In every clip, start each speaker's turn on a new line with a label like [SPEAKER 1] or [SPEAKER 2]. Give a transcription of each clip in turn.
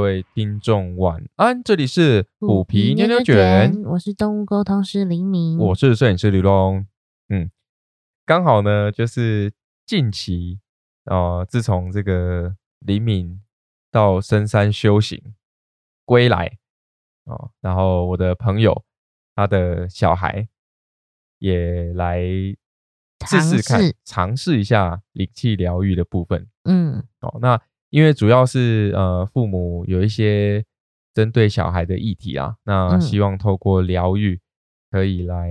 [SPEAKER 1] 位听众晚安，这里是虎皮牛
[SPEAKER 2] 牛牛
[SPEAKER 1] 牛卷，，
[SPEAKER 2] 我是动物沟通师黎明，
[SPEAKER 1] 我是摄影师吕龙。嗯，刚好呢，就是近期哦、呃自从这个李敏到深山修行归来哦，然后我的朋友他的小孩也来试试
[SPEAKER 2] 尝
[SPEAKER 1] 看
[SPEAKER 2] 试，
[SPEAKER 1] 尝试一下灵气疗愈的部分。
[SPEAKER 2] 嗯
[SPEAKER 1] 哦，那因为主要是呃父母有一些针对小孩的议题啊，那
[SPEAKER 2] 嗯
[SPEAKER 1] 希望透过疗愈可以来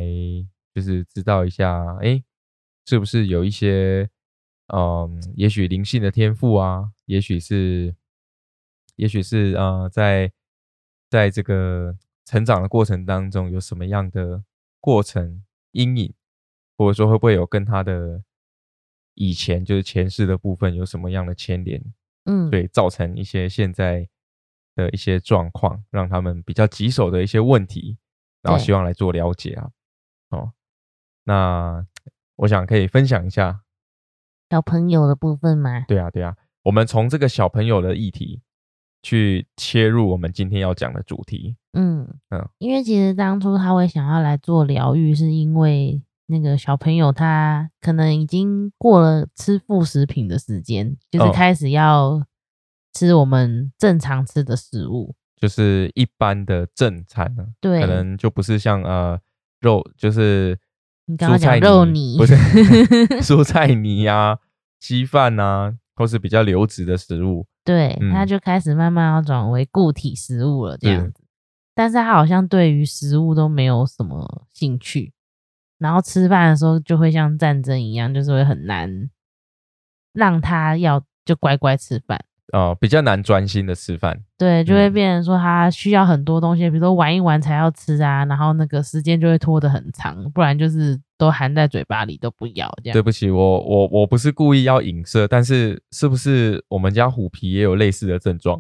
[SPEAKER 1] 就是知道一下，诶，是不是有一些嗯、也许灵性的天赋啊，也许是，也许是呃在在这个成长的过程当中有什么样的过程阴影，或者说会不会有跟他的以前就是前世的部分有什么样的牵连，
[SPEAKER 2] 嗯，，
[SPEAKER 1] 对，造成一些现在的一些状况，让他们比较棘手的一些问题，然后
[SPEAKER 2] 对
[SPEAKER 1] 希望来做了解啊。哦，那我想可以分享一下，
[SPEAKER 2] 小朋友的部分嘛，
[SPEAKER 1] 对啊，对啊，我们从这个小朋友的议题去切入我们今天要讲的主题。
[SPEAKER 2] 嗯
[SPEAKER 1] 嗯
[SPEAKER 2] 因为其实当初他会想要来做疗愈，是因为那个小朋友他可能已经过了吃副食品的时间，就是
[SPEAKER 1] 嗯
[SPEAKER 2] 开始要吃我们正常吃的食物，
[SPEAKER 1] 就是一般的正餐呢、
[SPEAKER 2] 对
[SPEAKER 1] 可能就不是像呃肉，就是
[SPEAKER 2] 你刚
[SPEAKER 1] 蔬
[SPEAKER 2] 刚讲
[SPEAKER 1] 菜
[SPEAKER 2] 肉泥
[SPEAKER 1] 不是 蔬菜泥呀、稀饭呐、或是比较流质的食物。
[SPEAKER 2] 对，他
[SPEAKER 1] 嗯
[SPEAKER 2] 就开始慢慢要转为固体食物了，这
[SPEAKER 1] 是
[SPEAKER 2] 样子。但是他好像对于食物都没有什么兴趣，然后吃饭的时候就会像战争一样，就是会很难让他要就乖乖吃饭。
[SPEAKER 1] 呃，比较难专心的吃饭，
[SPEAKER 2] 对，就会
[SPEAKER 1] 嗯
[SPEAKER 2] 变成说他需要很多东西，比如说玩一玩才要吃啊，然后那个时间就会拖得很长，不然就是都含在嘴巴里都不要这
[SPEAKER 1] 对
[SPEAKER 2] 样。
[SPEAKER 1] 不起，我我我不是故意要影射，但是是不是我们家虎皮也有类似的症状？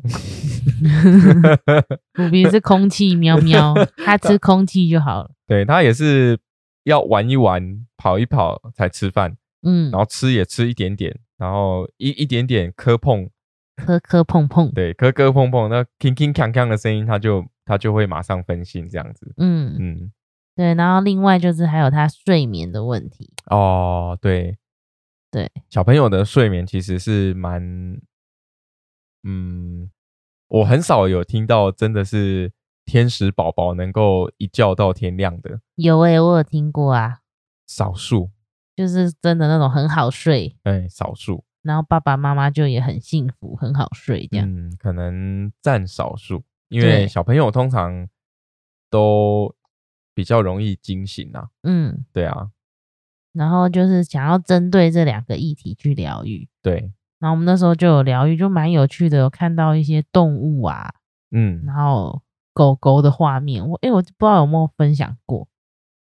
[SPEAKER 2] 虎皮是空 气喵喵，他吃空气就好了。
[SPEAKER 1] 对他也是要玩一玩、跑一跑才吃饭，
[SPEAKER 2] 嗯
[SPEAKER 1] 然，后吃也吃一点点，然后一一点点磕碰，
[SPEAKER 2] 磕磕碰碰。
[SPEAKER 1] 对磕磕碰碰，那铿铿锵锵的声音，他就他就会马上分心这样子。
[SPEAKER 2] 嗯，
[SPEAKER 1] 嗯，
[SPEAKER 2] 对，然后另外就是还有他睡眠的问题，
[SPEAKER 1] 哦，对
[SPEAKER 2] 对，
[SPEAKER 1] 小朋友的睡眠其实是蛮，嗯，我很少有听到真的是天使宝宝能够一觉到天亮的，
[SPEAKER 2] 有诶、我有听过啊，
[SPEAKER 1] 少数，
[SPEAKER 2] 就是真的那种很好睡，
[SPEAKER 1] 哎，少数，
[SPEAKER 2] 然后爸爸妈妈就也很幸福，很好睡这样。
[SPEAKER 1] 嗯，可能占少数，因
[SPEAKER 2] 对
[SPEAKER 1] 为小朋友通常都比较容易惊醒啊，
[SPEAKER 2] 嗯
[SPEAKER 1] 对啊，
[SPEAKER 2] 然后就是想要针对这两个议题去疗愈。
[SPEAKER 1] 对，
[SPEAKER 2] 然后我们那时候就有疗愈，就蛮有趣的，有看到一些动物啊，
[SPEAKER 1] 嗯，
[SPEAKER 2] 然后狗狗的画面。我诶、我不知道有没有分享过，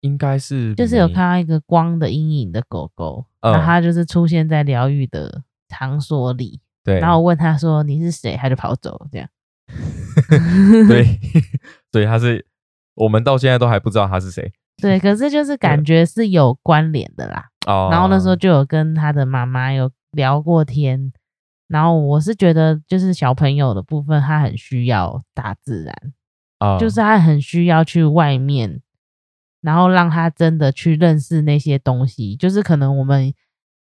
[SPEAKER 1] 应该是
[SPEAKER 2] 就是有
[SPEAKER 1] 没
[SPEAKER 2] 看到一个光的阴影的狗狗，
[SPEAKER 1] 嗯
[SPEAKER 2] 然后它就是出现在疗愈的场所里。
[SPEAKER 1] 对，
[SPEAKER 2] 然后我问他说你是谁，他就跑走了，这样。
[SPEAKER 1] 对， 所以他是我们到现在都还不知道他是谁
[SPEAKER 2] 对，可是就是感觉是有关联的啦。
[SPEAKER 1] 哦。
[SPEAKER 2] 然后那时候就有跟他的妈妈有聊过天，然后我是觉得就是小朋友的部分，他很需要大自然，
[SPEAKER 1] 啊，
[SPEAKER 2] 就是他很需要去外面，然后让他真的去认识那些东西。就是可能我们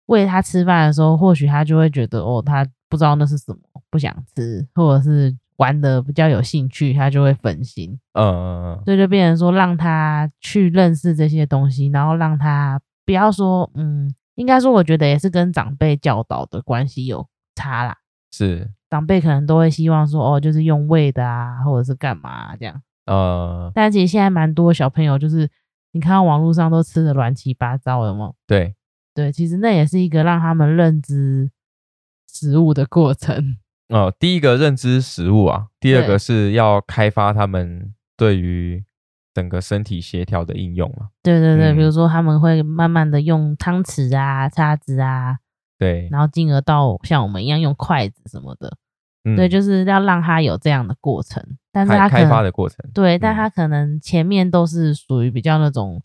[SPEAKER 2] 喂他吃饭的时候，或许他就会觉得哦，他不知道那是什么，不想吃，或者是玩的比较有兴趣，他就会分心。
[SPEAKER 1] 嗯嗯嗯
[SPEAKER 2] 所以就变成说让他去认识这些东西，然后让他不要说，嗯，应该说我觉得也是跟长辈教导的关系有差啦。
[SPEAKER 1] 是
[SPEAKER 2] 长辈可能都会希望说，哦，就是用喂的啊，或者是干嘛啊、这样。
[SPEAKER 1] 呃
[SPEAKER 2] 但其实现在蛮多小朋友就是，你看到网络上都吃的乱七八糟，有没有？
[SPEAKER 1] 对
[SPEAKER 2] 对，其实那也是一个让他们认知食物的过程。
[SPEAKER 1] 呃，第一个认知食物啊，第二
[SPEAKER 2] 对
[SPEAKER 1] 个是要开发他们对于整个身体协调的应用嘛。
[SPEAKER 2] 对对对，
[SPEAKER 1] 嗯
[SPEAKER 2] 比如说他们会慢慢的用汤匙啊、叉子啊，
[SPEAKER 1] 对，
[SPEAKER 2] 然后进而到像我们一样用筷子什么的。
[SPEAKER 1] 嗯
[SPEAKER 2] 对，就是要让他有这样的过程，但是
[SPEAKER 1] 开
[SPEAKER 2] 他可
[SPEAKER 1] 开发
[SPEAKER 2] 能
[SPEAKER 1] 的过程。
[SPEAKER 2] 对，
[SPEAKER 1] 嗯
[SPEAKER 2] 但他可能前面都是属于比较那种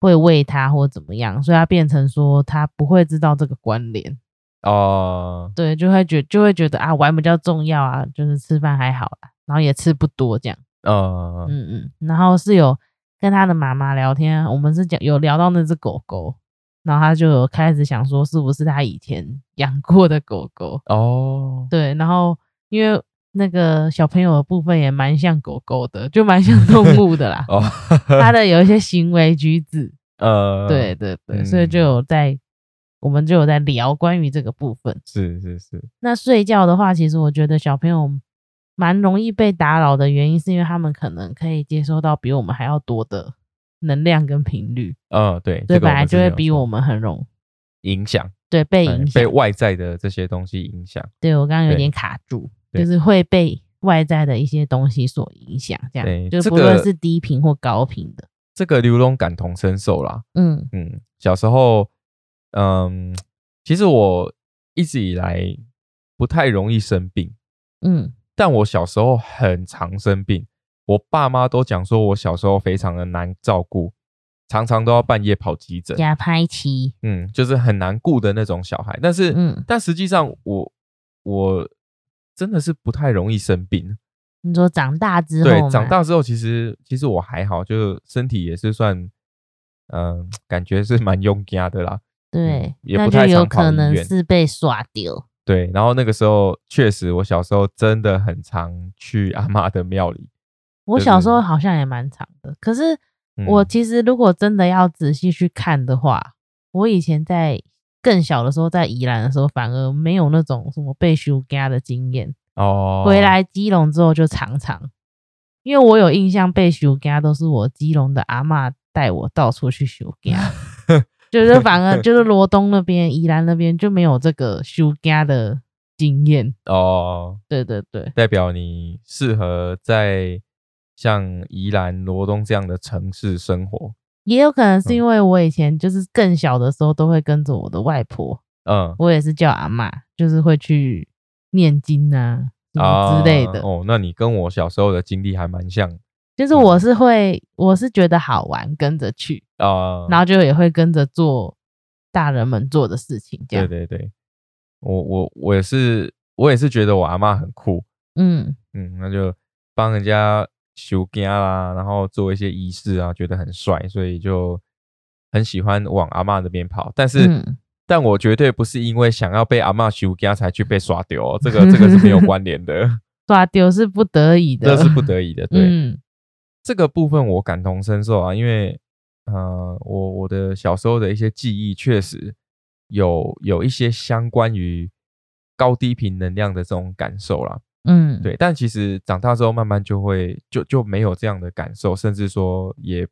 [SPEAKER 2] 会喂他或怎么样，所以他变成说他不会知道这个关联，
[SPEAKER 1] 哦，
[SPEAKER 2] 对，就会觉就会觉得啊，玩比较重要啊，就是吃饭还好啦，然后也吃不多这样，
[SPEAKER 1] 呃，
[SPEAKER 2] 嗯嗯，然后是有跟他的妈妈聊天啊，我们是讲有聊到那只狗狗，然后他就有开始想说是不是他以前养过的狗狗，
[SPEAKER 1] 哦，，
[SPEAKER 2] 对，然后因为那个小朋友的部分也蛮像狗狗的，就蛮像动物的啦
[SPEAKER 1] 哦，
[SPEAKER 2] 他的有一些行为举止，
[SPEAKER 1] 呃，
[SPEAKER 2] 对，对对，所以
[SPEAKER 1] 嗯
[SPEAKER 2] 就有在我们就有在聊关于这个部分。
[SPEAKER 1] 是是是，
[SPEAKER 2] 那睡觉的话，其实我觉得小朋友蛮容易被打扰的原因，是因为他们可能可以接收到比我们还要多的能量跟频率，
[SPEAKER 1] 呃，对，
[SPEAKER 2] 所以
[SPEAKER 1] 这个
[SPEAKER 2] 本
[SPEAKER 1] 我们
[SPEAKER 2] 来
[SPEAKER 1] 之
[SPEAKER 2] 就
[SPEAKER 1] 前
[SPEAKER 2] 会
[SPEAKER 1] 有
[SPEAKER 2] 比
[SPEAKER 1] 说
[SPEAKER 2] 我们很容
[SPEAKER 1] 影响，
[SPEAKER 2] 对被
[SPEAKER 1] 哎
[SPEAKER 2] 影响
[SPEAKER 1] 被。外在的这些东西影响，
[SPEAKER 2] 对我刚刚有
[SPEAKER 1] 对
[SPEAKER 2] 点卡住，
[SPEAKER 1] 对
[SPEAKER 2] 就是会被外在的一些东西所影响，这样
[SPEAKER 1] 对
[SPEAKER 2] 就
[SPEAKER 1] 这
[SPEAKER 2] 不论
[SPEAKER 1] 个
[SPEAKER 2] 是低频或高频的，
[SPEAKER 1] 这个刘龙感同身受啦，
[SPEAKER 2] 嗯
[SPEAKER 1] 嗯，小时候，嗯，其实我一直以来不太容易生病，
[SPEAKER 2] 嗯
[SPEAKER 1] 但我小时候很常生病，我爸妈都讲说我小时候非常的难照顾，常常都要半夜跑急诊，
[SPEAKER 2] 加拍期，
[SPEAKER 1] 嗯，就是很难顾的那种小孩。但是，
[SPEAKER 2] 嗯，
[SPEAKER 1] 但实际上我我真的是不太容易生病，
[SPEAKER 2] 你说长大之后
[SPEAKER 1] 对
[SPEAKER 2] 嘛，
[SPEAKER 1] 长大之后其实其实我还好，就身体也是算，嗯、感觉是蛮用家的啦。
[SPEAKER 2] 对
[SPEAKER 1] 嗯，也
[SPEAKER 2] 那
[SPEAKER 1] 不
[SPEAKER 2] 就
[SPEAKER 1] 太
[SPEAKER 2] 有
[SPEAKER 1] 常跑
[SPEAKER 2] 可
[SPEAKER 1] 医
[SPEAKER 2] 能
[SPEAKER 1] 院
[SPEAKER 2] 是被耍丢，
[SPEAKER 1] 对，然后那个时候确实，我小时候真的很常去阿妈的庙里。
[SPEAKER 2] 我
[SPEAKER 1] 就
[SPEAKER 2] 小
[SPEAKER 1] 是
[SPEAKER 2] 时候好像也蛮长的，可是
[SPEAKER 1] 嗯
[SPEAKER 2] 我其实如果真的要仔细去看的话，我以前在更小的时候，在宜兰的时候，反而没有那种什么被休家的经验。
[SPEAKER 1] 哦，
[SPEAKER 2] 回来基隆之后就常常，因为我有印象被休家都是我基隆的阿嬷带我到处去休 家，就是反而就是罗东那边、宜兰那边就没有这个休家的经验。
[SPEAKER 1] 哦，
[SPEAKER 2] 对对对，
[SPEAKER 1] 代表你适合在像宜兰、罗东这样的城市生活。
[SPEAKER 2] 也有可能是
[SPEAKER 1] 嗯
[SPEAKER 2] 因为我以前就是更小的时候都会跟着我的外婆。
[SPEAKER 1] 嗯，
[SPEAKER 2] 我也是叫阿嬷，就是会去念经啊什么
[SPEAKER 1] 啊
[SPEAKER 2] 之类的。
[SPEAKER 1] 哦，那你跟我小时候的经历还蛮像
[SPEAKER 2] 就是我是会，我是觉得好玩，跟着去，
[SPEAKER 1] 啊。
[SPEAKER 2] 然后就也会跟着做大人们做的事情，这
[SPEAKER 1] 对
[SPEAKER 2] 样。
[SPEAKER 1] 对对，我我我也是，我也是觉得我阿妈很酷。
[SPEAKER 2] 嗯，
[SPEAKER 1] 嗯，那就帮人家修家啦，然后做一些仪式啊，觉得很帅，所以就很喜欢往阿嬷那边跑。但是，
[SPEAKER 2] 嗯
[SPEAKER 1] 但我绝对不是因为想要被阿嬷修家才去被刷丢、哦，这 个这个是没有关联的，
[SPEAKER 2] 抓啊丢是不得已的，
[SPEAKER 1] 这是不得已的。对，
[SPEAKER 2] 啊嗯
[SPEAKER 1] 这个部分我感同身受啊，因为呃，我我的小时候的一些记忆确实有有一些相关于高低频能量的这种感受啦。
[SPEAKER 2] 嗯，
[SPEAKER 1] 对，但其实长大之后慢慢就会就就没有这样的感受，甚至说也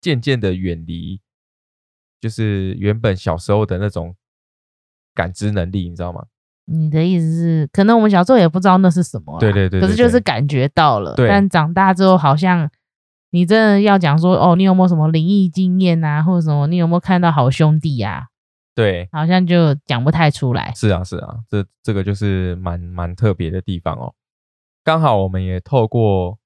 [SPEAKER 1] 渐渐的远离，就是原本小时候的那种感知能力，你知道吗？
[SPEAKER 2] 你的意思是，可能我们小时候也不知道那是什么啦，
[SPEAKER 1] 对对对
[SPEAKER 2] 可是
[SPEAKER 1] 对
[SPEAKER 2] 就是
[SPEAKER 1] 对
[SPEAKER 2] 感觉到了，
[SPEAKER 1] 对
[SPEAKER 2] 但长大之后好像。你真的要讲说哦，你有没有什么灵异经验啊，或者什么？你有没有看到好兄弟啊？
[SPEAKER 1] 对，
[SPEAKER 2] 好像就讲不太出来。
[SPEAKER 1] 是啊，是啊，这这个就是蛮蛮特别的地方哦。刚好我们也透过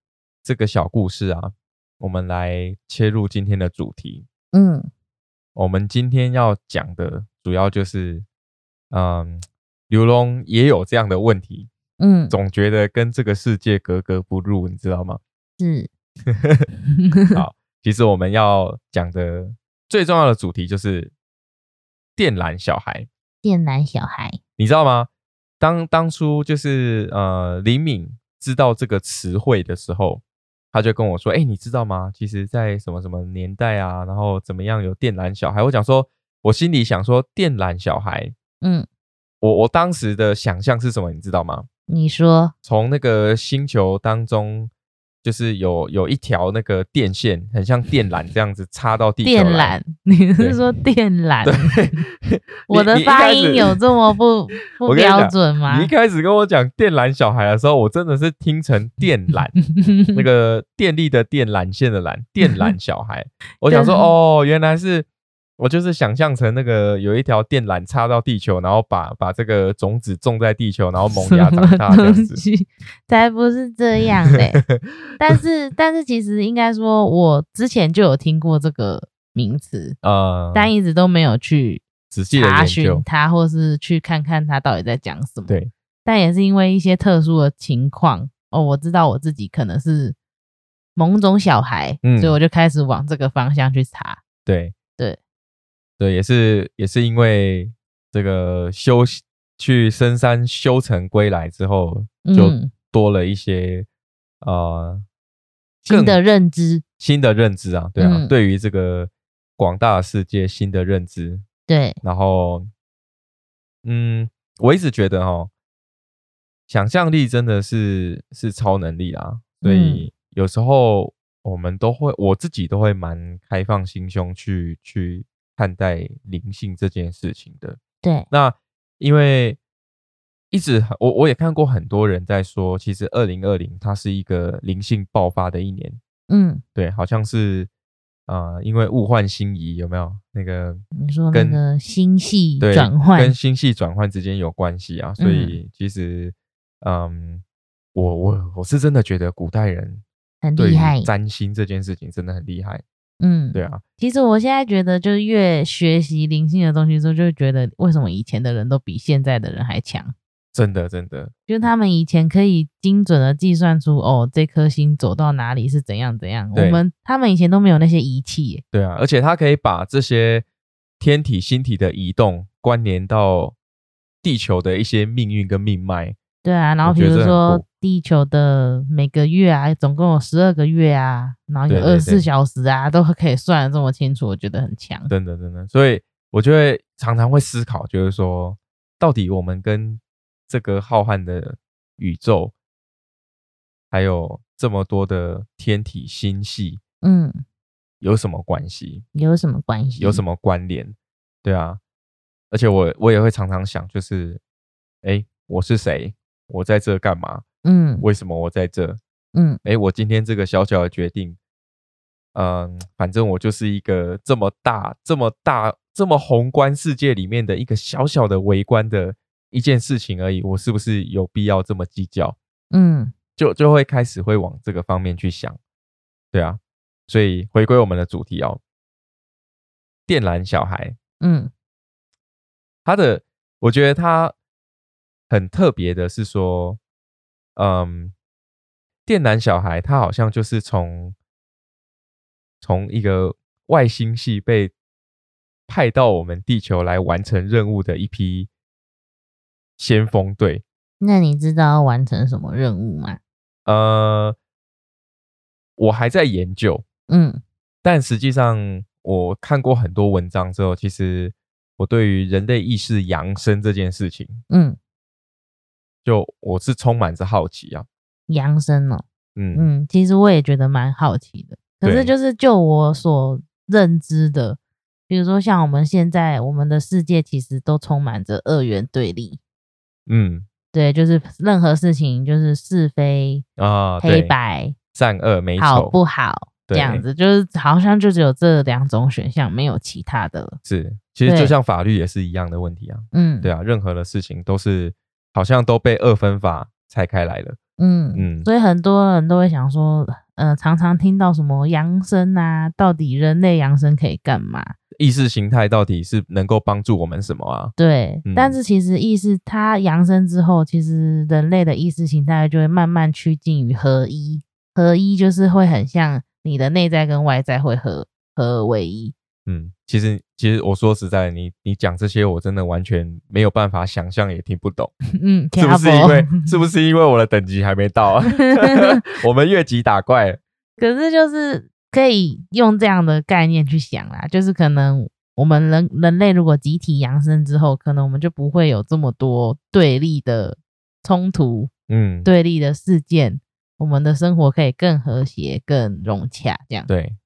[SPEAKER 1] 这个小故事啊，我们来切入今天的主题。
[SPEAKER 2] 嗯，
[SPEAKER 1] 我们今天要讲的主要就是，嗯，刘龙也有这样的问题，
[SPEAKER 2] 嗯，
[SPEAKER 1] 总觉得跟这个世界格格不入，你知道吗？
[SPEAKER 2] 是，
[SPEAKER 1] 其实我们要讲的最重要的主题就是电缆小孩，
[SPEAKER 2] 电缆小孩，
[SPEAKER 1] 你知道吗？当当初就是呃，李敏知道这个词汇的时候，他就跟我说：“哎、你知道吗？其实，在什么什么年代啊，然后怎么样有电缆小孩？”我讲说，我心里想说，电缆小孩，
[SPEAKER 2] 嗯，
[SPEAKER 1] 我我当时的想象是什么？你知道吗？
[SPEAKER 2] 你说，
[SPEAKER 1] 从那个星球当中，就是有有一条那个电线，很像电缆这样子插到地球
[SPEAKER 2] 电
[SPEAKER 1] 来。
[SPEAKER 2] 缆，你
[SPEAKER 1] 对
[SPEAKER 2] 是说电缆？
[SPEAKER 1] 对
[SPEAKER 2] 我的
[SPEAKER 1] 你你一
[SPEAKER 2] 发
[SPEAKER 1] 开
[SPEAKER 2] 音
[SPEAKER 1] 始
[SPEAKER 2] 有这么 不不
[SPEAKER 1] 我跟你讲
[SPEAKER 2] 标准吗，
[SPEAKER 1] 你一？开始跟我讲电缆小孩的时候，我真的是听成电缆 那个电力的电缆线的缆，电缆小 孩。我想说，
[SPEAKER 2] 对
[SPEAKER 1] 哦，原来是我就是想象成那个有一条电缆插到地球，然后把把这个种子种在地球，然后萌
[SPEAKER 2] 什
[SPEAKER 1] 芽
[SPEAKER 2] 么
[SPEAKER 1] 长大这样
[SPEAKER 2] 东
[SPEAKER 1] 子。
[SPEAKER 2] 西？才不是这样 嘞！但是，但是，其实应该说，我之前就有听过这个名词，
[SPEAKER 1] 呃，
[SPEAKER 2] 但一直都没有去
[SPEAKER 1] 仔细的
[SPEAKER 2] 查
[SPEAKER 1] 研
[SPEAKER 2] 询
[SPEAKER 1] 究，
[SPEAKER 2] 他，或是去看看他到底在讲什么。
[SPEAKER 1] 对，
[SPEAKER 2] 但也是因为一些特殊的情况，哦，我知道我自己可能是某种小孩，
[SPEAKER 1] 嗯
[SPEAKER 2] 所以我就开始往这个方向去查。
[SPEAKER 1] 对
[SPEAKER 2] 对
[SPEAKER 1] 对，也是也是因为这个修去深山修成归来之后，就
[SPEAKER 2] 嗯，
[SPEAKER 1] 多了一些、呃
[SPEAKER 2] 新
[SPEAKER 1] 更
[SPEAKER 2] 的认知，
[SPEAKER 1] 新的认知啊，对啊，
[SPEAKER 2] 嗯
[SPEAKER 1] 对于这个广大的世界新的认知，
[SPEAKER 2] 对，
[SPEAKER 1] 然后嗯，我一直觉得哦，想象力真的是是超能力啊，所以有时候我们都会，我自己都会蛮开放心胸去去看待灵性这件事情的，
[SPEAKER 2] 对，
[SPEAKER 1] 那因为一直很我我也看过很多人在说，其实二零二零它是一个灵性爆发的一年，
[SPEAKER 2] 嗯，
[SPEAKER 1] 对，好像是啊、呃因为物换星移有没有那个
[SPEAKER 2] 你说那
[SPEAKER 1] 跟
[SPEAKER 2] 个星系
[SPEAKER 1] 对
[SPEAKER 2] 转换嗯
[SPEAKER 1] 跟，星系转换之间有关系啊，所以其实嗯。我我我是真的觉得古代人
[SPEAKER 2] 很
[SPEAKER 1] 对
[SPEAKER 2] 厉
[SPEAKER 1] 于
[SPEAKER 2] 害，
[SPEAKER 1] 占星这件事情真的很厉害，
[SPEAKER 2] 嗯，
[SPEAKER 1] 对。啊，
[SPEAKER 2] 其实我现在觉得，就越学习灵性的东西之后，就会觉得为什么以前的人都比现在的人还强？
[SPEAKER 1] 真的真的，
[SPEAKER 2] 就是他们以前可以精准的计算出，哦，这颗星走到哪里是怎样怎样。我
[SPEAKER 1] 对
[SPEAKER 2] 们他们以前都没有那些仪器耶，
[SPEAKER 1] 对啊，而且它可以把这些天体、星体的移动关联到地球的一些命运跟命脉。
[SPEAKER 2] 对啊。然后
[SPEAKER 1] 我
[SPEAKER 2] 比
[SPEAKER 1] 觉得
[SPEAKER 2] 如
[SPEAKER 1] 这很
[SPEAKER 2] 说
[SPEAKER 1] 酷
[SPEAKER 2] 地球的每个月啊，总共有十二个月啊，然后有
[SPEAKER 1] 对
[SPEAKER 2] 二
[SPEAKER 1] 对
[SPEAKER 2] 十四
[SPEAKER 1] 对
[SPEAKER 2] 小时啊，都可以算的这么清楚，我觉得很强。
[SPEAKER 1] 真的，真的，所以我就会常常会思考，就是说，到底我们跟这个浩瀚的宇宙，还有这么多的天体、星系
[SPEAKER 2] 嗯，
[SPEAKER 1] 有什么关系？
[SPEAKER 2] 有什么关系？
[SPEAKER 1] 有什么关联？对啊，而且我我也会常常想，就是，哎，我是谁？我在这干嘛？
[SPEAKER 2] 嗯
[SPEAKER 1] 为什么我在这？
[SPEAKER 2] 嗯
[SPEAKER 1] 哎，我今天这个小小的决定，嗯，反正我就是一个这么大、这么大、这么宏观世界里面的一个小小的微观的一件事情而已，我是不是有必要这么计较？
[SPEAKER 2] 嗯，
[SPEAKER 1] 就就会开始会往这个方面去想，对啊，所以回归我们的主题哦，电缆小孩，
[SPEAKER 2] 嗯
[SPEAKER 1] 他的，我觉得他很特别的是说，嗯，电缆小孩他好像就是从从一个外星系被派到我们地球来完成任务的一批先锋队，
[SPEAKER 2] 那你知道要完成什么任务吗？
[SPEAKER 1] 呃，我还在研究，
[SPEAKER 2] 嗯
[SPEAKER 1] 但实际上我看过很多文章之后，其实我对于人类意识扬升这件事情，
[SPEAKER 2] 嗯，
[SPEAKER 1] 就我是充满着好奇啊，
[SPEAKER 2] 扬升哦，
[SPEAKER 1] 嗯，
[SPEAKER 2] 嗯，其实我也觉得蛮好奇的。可
[SPEAKER 1] 对
[SPEAKER 2] 是就是就我所认知的，比如说像我们现在我们的世界其实都充满着二元对立，
[SPEAKER 1] 嗯
[SPEAKER 2] 对，就是任何事情就是是非、
[SPEAKER 1] 啊，
[SPEAKER 2] 黑
[SPEAKER 1] 对，
[SPEAKER 2] 白、
[SPEAKER 1] 善恶美
[SPEAKER 2] 好
[SPEAKER 1] 丑
[SPEAKER 2] 不好这
[SPEAKER 1] 对
[SPEAKER 2] 样子，就是好像就只有这两种选项，没有其他的了。
[SPEAKER 1] 是，其实就
[SPEAKER 2] 对
[SPEAKER 1] 像法律也是一样的问题啊，
[SPEAKER 2] 嗯，
[SPEAKER 1] 对啊，任何的事情都是好像都被二分法拆开来了，
[SPEAKER 2] 嗯
[SPEAKER 1] 嗯
[SPEAKER 2] 所以很多人都会想说，呃，常常听到什么扬声啊，到底人类扬声可以干嘛？
[SPEAKER 1] 意识形态到底是能够帮助我们什么啊？
[SPEAKER 2] 对，但
[SPEAKER 1] 嗯
[SPEAKER 2] 是其实意识它扬升之后，其实人类的意识形态就会慢慢趋近于合一。合一就是会很像你的内在跟外在会合合而为一。
[SPEAKER 1] 嗯，其实其实我说实在的，你你讲这些，我真的完全没有办法想象，也听不懂，
[SPEAKER 2] 嗯，
[SPEAKER 1] 是不是
[SPEAKER 2] 听
[SPEAKER 1] 因
[SPEAKER 2] 阿伯
[SPEAKER 1] 为是不是因为我的等级还没到 啊？ 我们越级打怪，
[SPEAKER 2] 可是就是可以用这样的概念去想啦，就是可能我们人人类如果集体扬升之后，可能我们就不会有这么多对立的冲突、
[SPEAKER 1] 嗯，
[SPEAKER 2] 对立的事件，我们的生活可以更和谐、更融洽这样。
[SPEAKER 1] 对，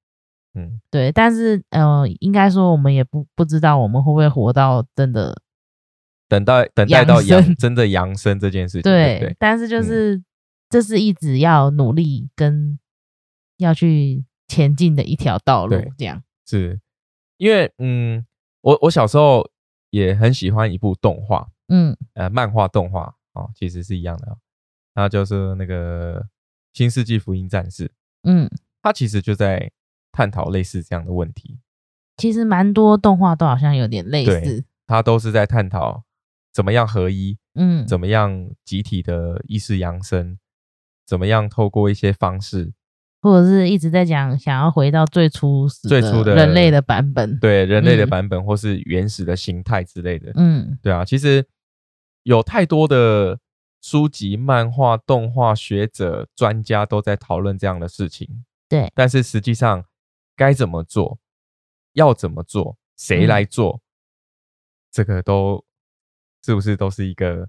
[SPEAKER 1] 嗯，
[SPEAKER 2] 对，但是呃，应该说我们也不不知道我们会不会活到真的
[SPEAKER 1] 等待等待到
[SPEAKER 2] 扬
[SPEAKER 1] 扬
[SPEAKER 2] 升
[SPEAKER 1] 真的扬升这件事情，对
[SPEAKER 2] 对，
[SPEAKER 1] 不对？
[SPEAKER 2] 但是就
[SPEAKER 1] 嗯
[SPEAKER 2] 是、这是一直要努力跟要去前进的一条道路
[SPEAKER 1] 对，
[SPEAKER 2] 这样。
[SPEAKER 1] 是因为嗯，我我小时候也很喜欢一部动画，
[SPEAKER 2] 嗯
[SPEAKER 1] 呃，漫画动画哦，其实是一样的哦，那就是那个《新世纪福音战士》，
[SPEAKER 2] 嗯，
[SPEAKER 1] 它其实就在探讨类似这样的问题。
[SPEAKER 2] 其实蛮多动画都好像有点类
[SPEAKER 1] 对
[SPEAKER 2] 似，
[SPEAKER 1] 它都是在探讨怎么样合一，
[SPEAKER 2] 嗯，
[SPEAKER 1] 怎么样集体的意识扬升，怎么样透过一些方式，
[SPEAKER 2] 或者是一直在讲想要回到最初始
[SPEAKER 1] 最初的
[SPEAKER 2] 人类的版本，，
[SPEAKER 1] 对人类的
[SPEAKER 2] 嗯
[SPEAKER 1] 版本或是原始的形态之类的。
[SPEAKER 2] 嗯
[SPEAKER 1] 对啊，其实有太多的书籍、漫画、动画学者、专家都在讨论这样的事情。
[SPEAKER 2] 对
[SPEAKER 1] 但是实际上该怎么做，要怎么做，谁
[SPEAKER 2] 嗯
[SPEAKER 1] 来做，这个都是不是都是一个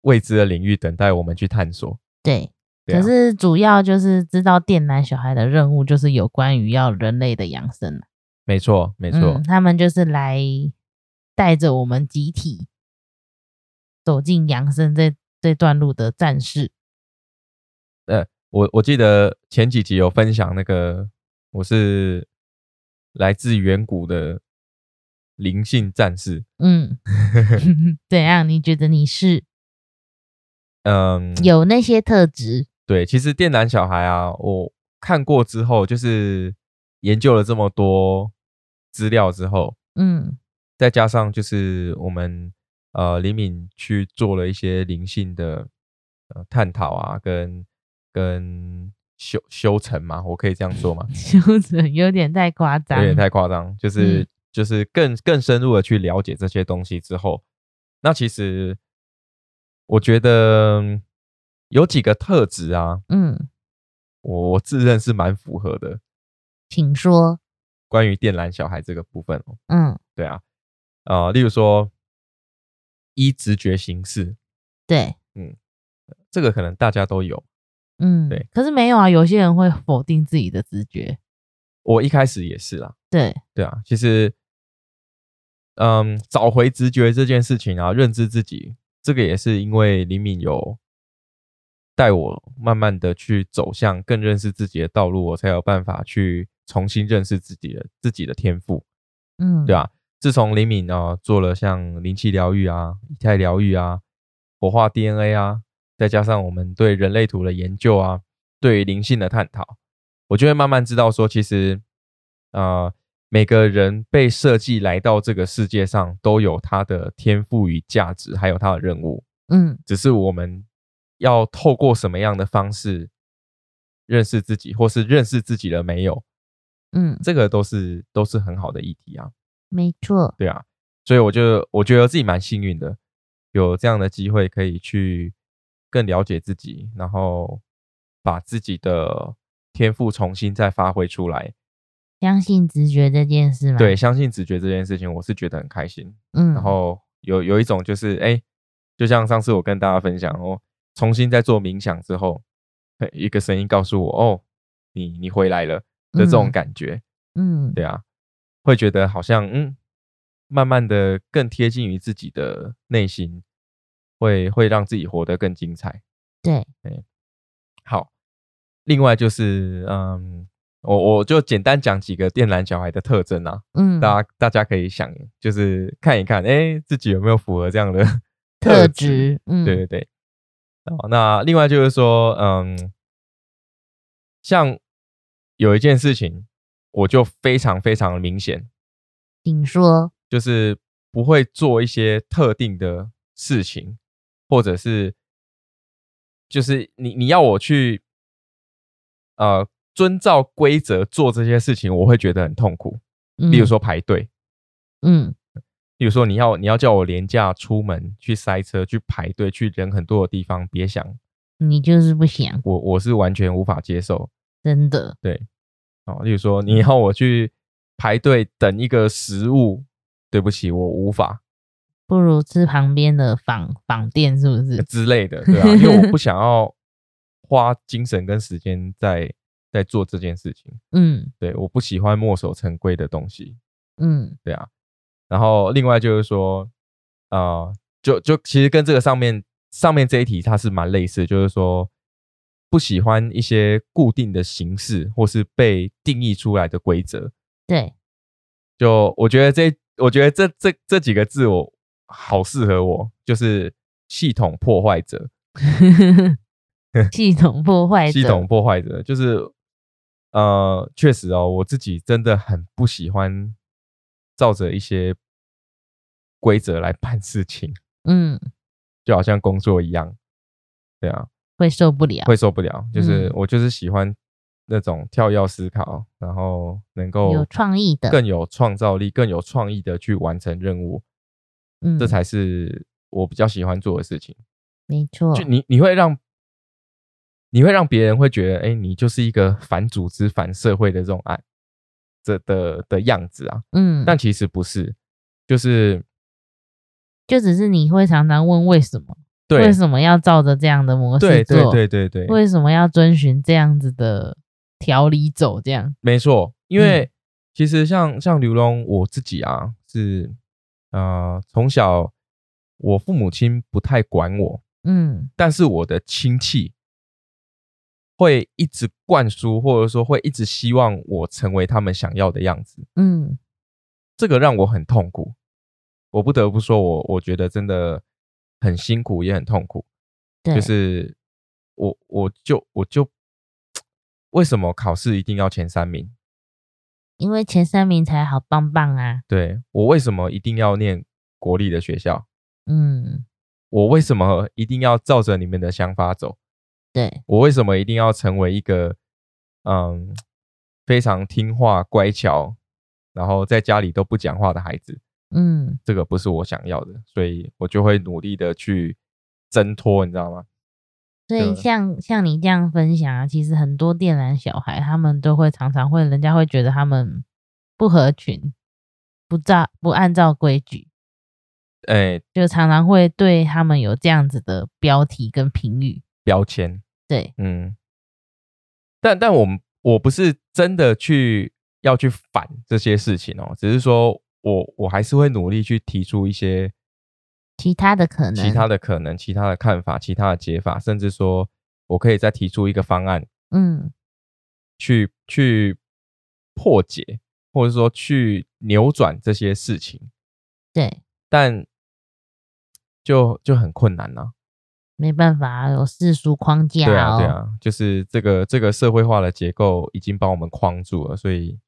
[SPEAKER 1] 未知的领域，等待我们去探索。
[SPEAKER 2] 对。
[SPEAKER 1] 对啊
[SPEAKER 2] 可是主要就是知道电男小孩的任务就是有关于要人类的养生，啊
[SPEAKER 1] 没错，没错，
[SPEAKER 2] 嗯，他们就是来带着我们集体走进养生这这段路的战士。
[SPEAKER 1] 我我记得前几集有分享那个，我是来自远古的灵性战士。
[SPEAKER 2] 嗯， 怎样？你觉得你是
[SPEAKER 1] 嗯，
[SPEAKER 2] 有那些特质？
[SPEAKER 1] 对，其实电缆小孩啊，我看过之后，就是研究了这么多资料之后，
[SPEAKER 2] 嗯
[SPEAKER 1] 再加上就是我们呃李敏去做了一些灵性的呃探讨啊，跟跟修修成嘛，我可以这样 说吗？
[SPEAKER 2] 修整有点太夸张，
[SPEAKER 1] 有点太夸张，就是、
[SPEAKER 2] 嗯
[SPEAKER 1] 就是更更深入的去了解这些东西之后，那其实我觉得嗯有几个特质啊，
[SPEAKER 2] 嗯，
[SPEAKER 1] 我我自认是蛮符合的，
[SPEAKER 2] 请说。
[SPEAKER 1] 关于电缆小孩这个部分哦，
[SPEAKER 2] 嗯，
[SPEAKER 1] 对啊，呃，例如说依直觉行事，
[SPEAKER 2] 对，
[SPEAKER 1] 这个可能大家都有。
[SPEAKER 2] 嗯，
[SPEAKER 1] 对。
[SPEAKER 2] 可是没有啊，有些人会否定自己的直觉。
[SPEAKER 1] 我一开始也是啦，
[SPEAKER 2] 对，
[SPEAKER 1] 对啊，其实，嗯，找回直觉这件事情啊，认知自己，这个也是因为李敏有带我慢慢的去走向更认识自己的道路，我才有办法去重新认识自己的自己的天赋。
[SPEAKER 2] 嗯，
[SPEAKER 1] 对啊，自从李敏啊做了像灵气疗愈啊、以太疗愈啊、活化 DNA 啊，再加上我们对人类图的研究啊，对于灵性的探讨，我就会慢慢知道说，其实呃每个人被设计来到这个世界上，都有他的天赋与价值，还有他的任务，
[SPEAKER 2] 嗯
[SPEAKER 1] 只是我们要透过什么样的方式认识自己，或是认识自己了没有，
[SPEAKER 2] 嗯，
[SPEAKER 1] 这个都是都是很好的议题啊。
[SPEAKER 2] 没错。
[SPEAKER 1] 对啊，所以我就我觉得自己蛮幸运的，有这样的机会可以去更了解自己，然后把自己的天赋重新再发挥出来。
[SPEAKER 2] 相信直觉这件事嘛，
[SPEAKER 1] 对，，相信直觉这件事情，我是觉得很开心。
[SPEAKER 2] 嗯，
[SPEAKER 1] 然后有有一种就是，哎、就像上次我跟大家分享，哦，重新在做冥想之后，嘿一个声音告诉我，哦，你你回来了的这种
[SPEAKER 2] 嗯
[SPEAKER 1] 感觉。
[SPEAKER 2] 嗯，
[SPEAKER 1] 对啊，会觉得好像嗯，慢慢的更贴近于自己的内心，会会让自己活得更精彩。
[SPEAKER 2] 对，
[SPEAKER 1] 好，另外就是嗯，我我就简单讲几个电缆小孩的特征啊，
[SPEAKER 2] 嗯，
[SPEAKER 1] 大家大家可以想就是看一看，哎、自己有没有符合这样的
[SPEAKER 2] 特
[SPEAKER 1] 质？
[SPEAKER 2] 质，嗯，
[SPEAKER 1] 对对对。哦，那另外就是说，嗯，像有一件事情，我就非常非常的明显，
[SPEAKER 2] 请说。
[SPEAKER 1] 就是不会做一些特定的事情，或者是就是你你要我去呃遵照规则做这些事情，我会觉得很痛苦。例
[SPEAKER 2] 例
[SPEAKER 1] 如，说排队，
[SPEAKER 2] 嗯
[SPEAKER 1] 例如说你要你要叫我廉价出门去塞车去排队去人很多的地方，别想
[SPEAKER 2] 你就是不想，
[SPEAKER 1] 我我是完全无法接受
[SPEAKER 2] 真的，
[SPEAKER 1] 哦。例如说你要我去排队等一个食物，对不起，我无法。
[SPEAKER 2] 不如吃旁边的仿仿店，是不是？
[SPEAKER 1] 之类的，对啊，因为我不想要花精神跟时间在在做这件事情，
[SPEAKER 2] 嗯
[SPEAKER 1] 对，我不喜欢墨守成规的东西，
[SPEAKER 2] 嗯
[SPEAKER 1] 对啊。然后另外就是说，呃，就就其实跟这个上面上面这一题它是蛮类似，就是说不喜欢一些固定的形式或是被定义出来的规则。
[SPEAKER 2] 对，
[SPEAKER 1] 就我觉得这我觉得这这这几个字我好适合我，就是系统破坏者。
[SPEAKER 2] 系统破坏者，
[SPEAKER 1] 系统破坏者，就是呃，确实哦，我自己真的很不喜欢照着一些规则来办事情，
[SPEAKER 2] 嗯，
[SPEAKER 1] 就好像工作一样。对啊，
[SPEAKER 2] 会受不了，
[SPEAKER 1] 会受不了。就是、
[SPEAKER 2] 嗯
[SPEAKER 1] 我就是喜欢那种跳跃思考，然后能够
[SPEAKER 2] 有创意的
[SPEAKER 1] 更有创造力、更有创意的去完成任务，
[SPEAKER 2] 嗯，
[SPEAKER 1] 这才是我比较喜欢做的事情。
[SPEAKER 2] 没错，
[SPEAKER 1] 就你你会让你会让别人会觉得，哎、你就是一个反组织、反社会的这种爱这的的样子啊，
[SPEAKER 2] 嗯，
[SPEAKER 1] 但其实不是，就是
[SPEAKER 2] 就只是你会常常问为什么，
[SPEAKER 1] 对
[SPEAKER 2] 为什么要照着这样的模
[SPEAKER 1] 对
[SPEAKER 2] 式做，
[SPEAKER 1] 对对对对，
[SPEAKER 2] 为什么要遵循这样子的条理走，这样，
[SPEAKER 1] 没错，
[SPEAKER 2] 嗯
[SPEAKER 1] 因为其实像像刘龙我自己啊，是呃从小我父母亲不太管我，
[SPEAKER 2] 嗯
[SPEAKER 1] 但是我的亲戚会一直灌输，或者说会一直希望我成为他们想要的样子。
[SPEAKER 2] 嗯
[SPEAKER 1] 这个让我很痛苦。我不得不说我，我觉得真的很辛苦，也很痛苦。
[SPEAKER 2] 对，
[SPEAKER 1] 就是我，我就我就为什么考试一定要前三名？
[SPEAKER 2] 因为前三名才好棒棒啊，
[SPEAKER 1] 对我为什么一定要念国立的学校？
[SPEAKER 2] 嗯，
[SPEAKER 1] 我为什么一定要照着你们的想法走？
[SPEAKER 2] 对，
[SPEAKER 1] 我为什么一定要成为一个嗯非常听话、乖巧，然后在家里都不讲话的孩子？
[SPEAKER 2] 嗯
[SPEAKER 1] 这个不是我想要的，所以我就会努力的去挣脱，你知道吗？
[SPEAKER 2] 所以
[SPEAKER 1] 对
[SPEAKER 2] 像像你这样分享啊，其实很多电缆小孩他们都会常常会，人家会觉得他们不合群，不照不按照规矩，
[SPEAKER 1] 哎，
[SPEAKER 2] 就常常会对他们有这样子的标题跟评语。
[SPEAKER 1] 标签，
[SPEAKER 2] 对，
[SPEAKER 1] 嗯，但但我们我不是真的去要去反这些事情哦，只是说我我还是会努力去提出一些
[SPEAKER 2] 其他的可能，
[SPEAKER 1] 其他的可能、其他的看法、其他的解法，甚至说我可以再提出一个方案
[SPEAKER 2] 嗯
[SPEAKER 1] 去去破解，或者说去扭转这些事情，
[SPEAKER 2] 对，
[SPEAKER 1] 但就就很困难呐、
[SPEAKER 2] 没办法，有世俗框架、哦。
[SPEAKER 1] 对啊，对啊，就是这个这个社会化的结构已经把我们框住了，所以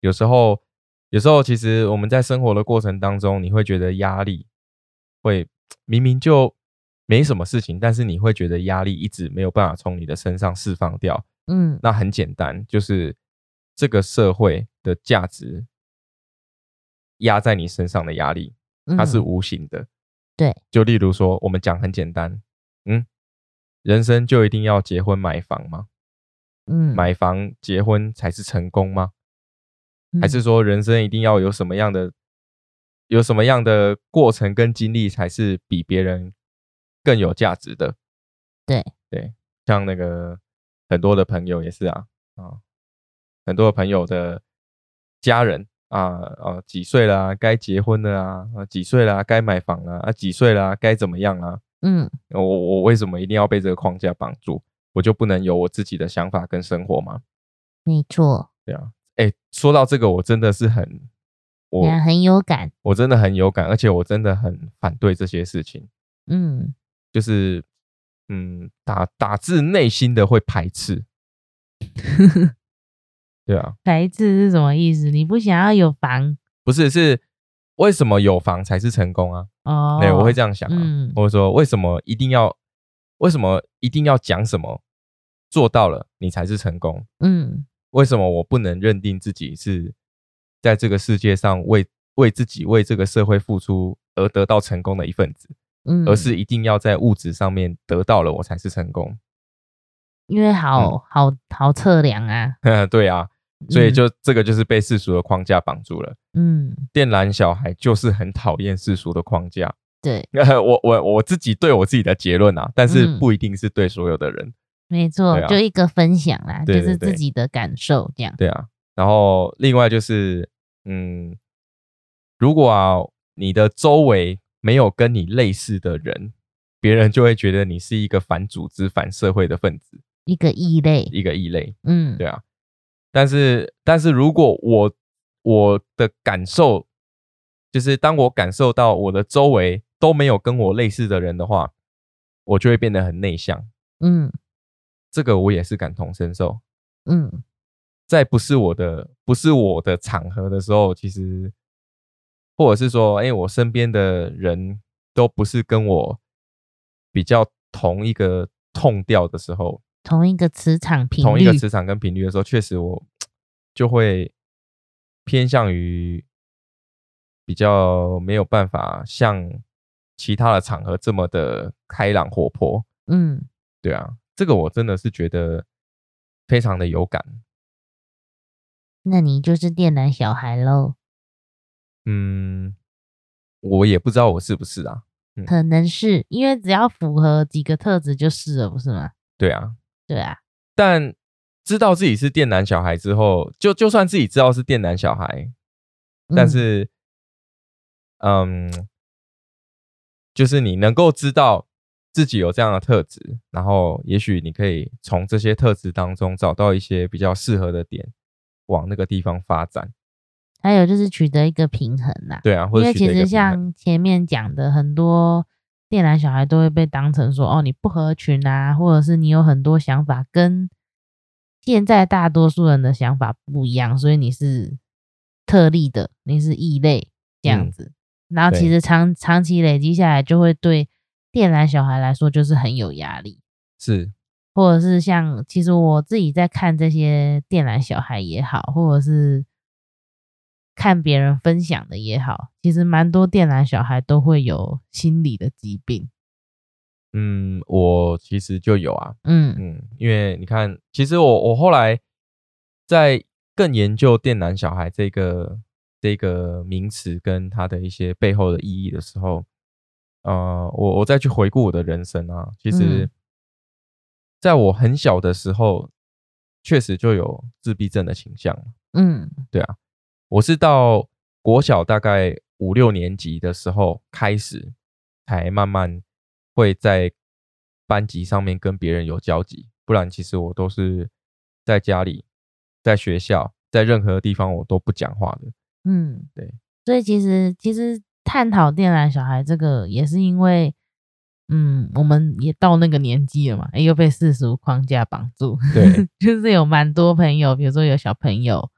[SPEAKER 1] 有时候有时候其实我们在生活的过程当中，你会觉得压力会明明就没什么事情，但是你会觉得压力一直没有办法从你的身上释放掉。
[SPEAKER 2] 嗯，
[SPEAKER 1] 那很简单，就是这个社会的价值压在你身上的压力，它是
[SPEAKER 2] 嗯
[SPEAKER 1] 无形的。
[SPEAKER 2] 对，
[SPEAKER 1] 就例如说，我们讲很简单，嗯，人生就一定要结婚买房吗？
[SPEAKER 2] 嗯
[SPEAKER 1] 买房结婚才是成功吗？还
[SPEAKER 2] 嗯
[SPEAKER 1] 是说人生一定要有什么样的有什么样的过程跟经历才是比别人更有价值的？
[SPEAKER 2] 对
[SPEAKER 1] 对，像那个很多的朋友也是啊啊、很多的朋友的家人啊啊几岁啦、该结婚了啊，啊几岁啦、该买房啦、啊，几岁啦、该怎么样啦、
[SPEAKER 2] 嗯
[SPEAKER 1] 我我为什么一定要被这个框架绑住？我就不能有我自己的想法跟生活吗？
[SPEAKER 2] 没错，
[SPEAKER 1] 对啊，哎，说到这个，我真的是很，我
[SPEAKER 2] 人家很有感。
[SPEAKER 1] 我真的很有感，而且我真的很反对这些事情，
[SPEAKER 2] 嗯，
[SPEAKER 1] 就是嗯，打打自内心的会排 斥。对啊，
[SPEAKER 2] 白字是什么意思？你不想要有房
[SPEAKER 1] 不是是为什么有房才是成功啊？
[SPEAKER 2] 哦？
[SPEAKER 1] 对，我会这样想啊，
[SPEAKER 2] 嗯
[SPEAKER 1] 或者说为什么一定要为什么一定要讲什么做到了你才是成功？
[SPEAKER 2] 嗯
[SPEAKER 1] 为什么我不能认定自己是在这个世界上为为自己为这个社会付出而得到成功的一份子，
[SPEAKER 2] 嗯，
[SPEAKER 1] 而是一定要在物质上面得到了我才是成功？
[SPEAKER 2] 因为好、好好测量啊，
[SPEAKER 1] 对啊，嗯所以
[SPEAKER 2] 嗯
[SPEAKER 1] 就、这个就是被世俗的框架绑住了。
[SPEAKER 2] 嗯，
[SPEAKER 1] 电缆小孩就是很讨厌世俗的框架。
[SPEAKER 2] 对，
[SPEAKER 1] 我我我自己对我自己的结论啊，但是
[SPEAKER 2] 嗯
[SPEAKER 1] 不一定是对所有的人。
[SPEAKER 2] 没错，
[SPEAKER 1] 对啊
[SPEAKER 2] 就一个分享啦，
[SPEAKER 1] 对对
[SPEAKER 2] 就是自己的感受这样。
[SPEAKER 1] 对啊，然后另外就是，嗯，如果啊你的周围没有跟你类似的人，别人就会觉得你是一个反组织、反社会的分子，
[SPEAKER 2] 一个异类，
[SPEAKER 1] 一个异类。
[SPEAKER 2] 嗯，
[SPEAKER 1] 对啊，但是但是如果我我的感受就是，当我感受到我的周围都没有跟我类似的人的话，我就会变得很内向。
[SPEAKER 2] 嗯
[SPEAKER 1] 这个我也是感同身受。
[SPEAKER 2] 嗯，
[SPEAKER 1] 在不是我的不是我的场合的时候，其实或者是说，哎、我身边的人都不是跟我比较同一个痛调的时候，
[SPEAKER 2] 同一个磁场频率，
[SPEAKER 1] 同一个磁场跟频率的时候，确实我就会偏向于比较没有办法像其他的场合这么的开朗活泼。
[SPEAKER 2] 嗯，
[SPEAKER 1] 对啊，这个我真的是觉得非常的有感。
[SPEAKER 2] 那你就是电缆小孩喽，
[SPEAKER 1] 嗯，我也不知道我是不是啊。
[SPEAKER 2] 可能是因为只要符合几个特质就是了，不是吗？
[SPEAKER 1] 对啊，
[SPEAKER 2] 对啊，
[SPEAKER 1] 但知道自己是电男小孩之后，就就算自己知道是电男小孩，但
[SPEAKER 2] 嗯
[SPEAKER 1] 是，嗯就是你能够知道自己有这样的特质，然后也许你可以从这些特质当中找到一些比较适合的点，往那个地方发展。
[SPEAKER 2] 还有就是取得一个平衡啦、
[SPEAKER 1] 对啊，或
[SPEAKER 2] 因
[SPEAKER 1] 者
[SPEAKER 2] 为
[SPEAKER 1] 取
[SPEAKER 2] 其
[SPEAKER 1] 得一
[SPEAKER 2] 实
[SPEAKER 1] 个平衡
[SPEAKER 2] 像前面讲的，很多电缆小孩都会被当成说哦，你不合群啊，或者是你有很多想法跟现在大多数人的想法不一样，所以你是特例的，你是异类这样
[SPEAKER 1] 嗯
[SPEAKER 2] 子。然后其
[SPEAKER 1] 对
[SPEAKER 2] 实长长期累积下来，就会对电缆小孩来说就是很有压力。
[SPEAKER 1] 是
[SPEAKER 2] 或者是像，其实我自己在看这些电缆小孩也好，或者是看别人分享的也好，其实蛮多电缆小孩都会有心理的疾病。
[SPEAKER 1] 嗯，我其实就有啊，
[SPEAKER 2] 嗯
[SPEAKER 1] 嗯，因为你看，其实我我后来在更研究“电男小孩”这个这个名词跟它的一些背后的意义的时候，呃，我我再去回顾我的人生啊，其实
[SPEAKER 2] 嗯
[SPEAKER 1] 在我很小的时候，确实就有自闭症的倾向。
[SPEAKER 2] 嗯
[SPEAKER 1] 我是到国小大概五六年级的时候开始，才慢慢会在班级上面跟别人有交集。不然，其实我都是在家里、在学校、在任何地方我都不讲话的。
[SPEAKER 2] 嗯，
[SPEAKER 1] 对。
[SPEAKER 2] 所以其实其实探讨电缆小孩这个，也是因为，嗯，我们也到那个年纪了嘛，诶又被世俗框架绑住。
[SPEAKER 1] 对
[SPEAKER 2] 就是有蛮多朋友，比如说有小朋友，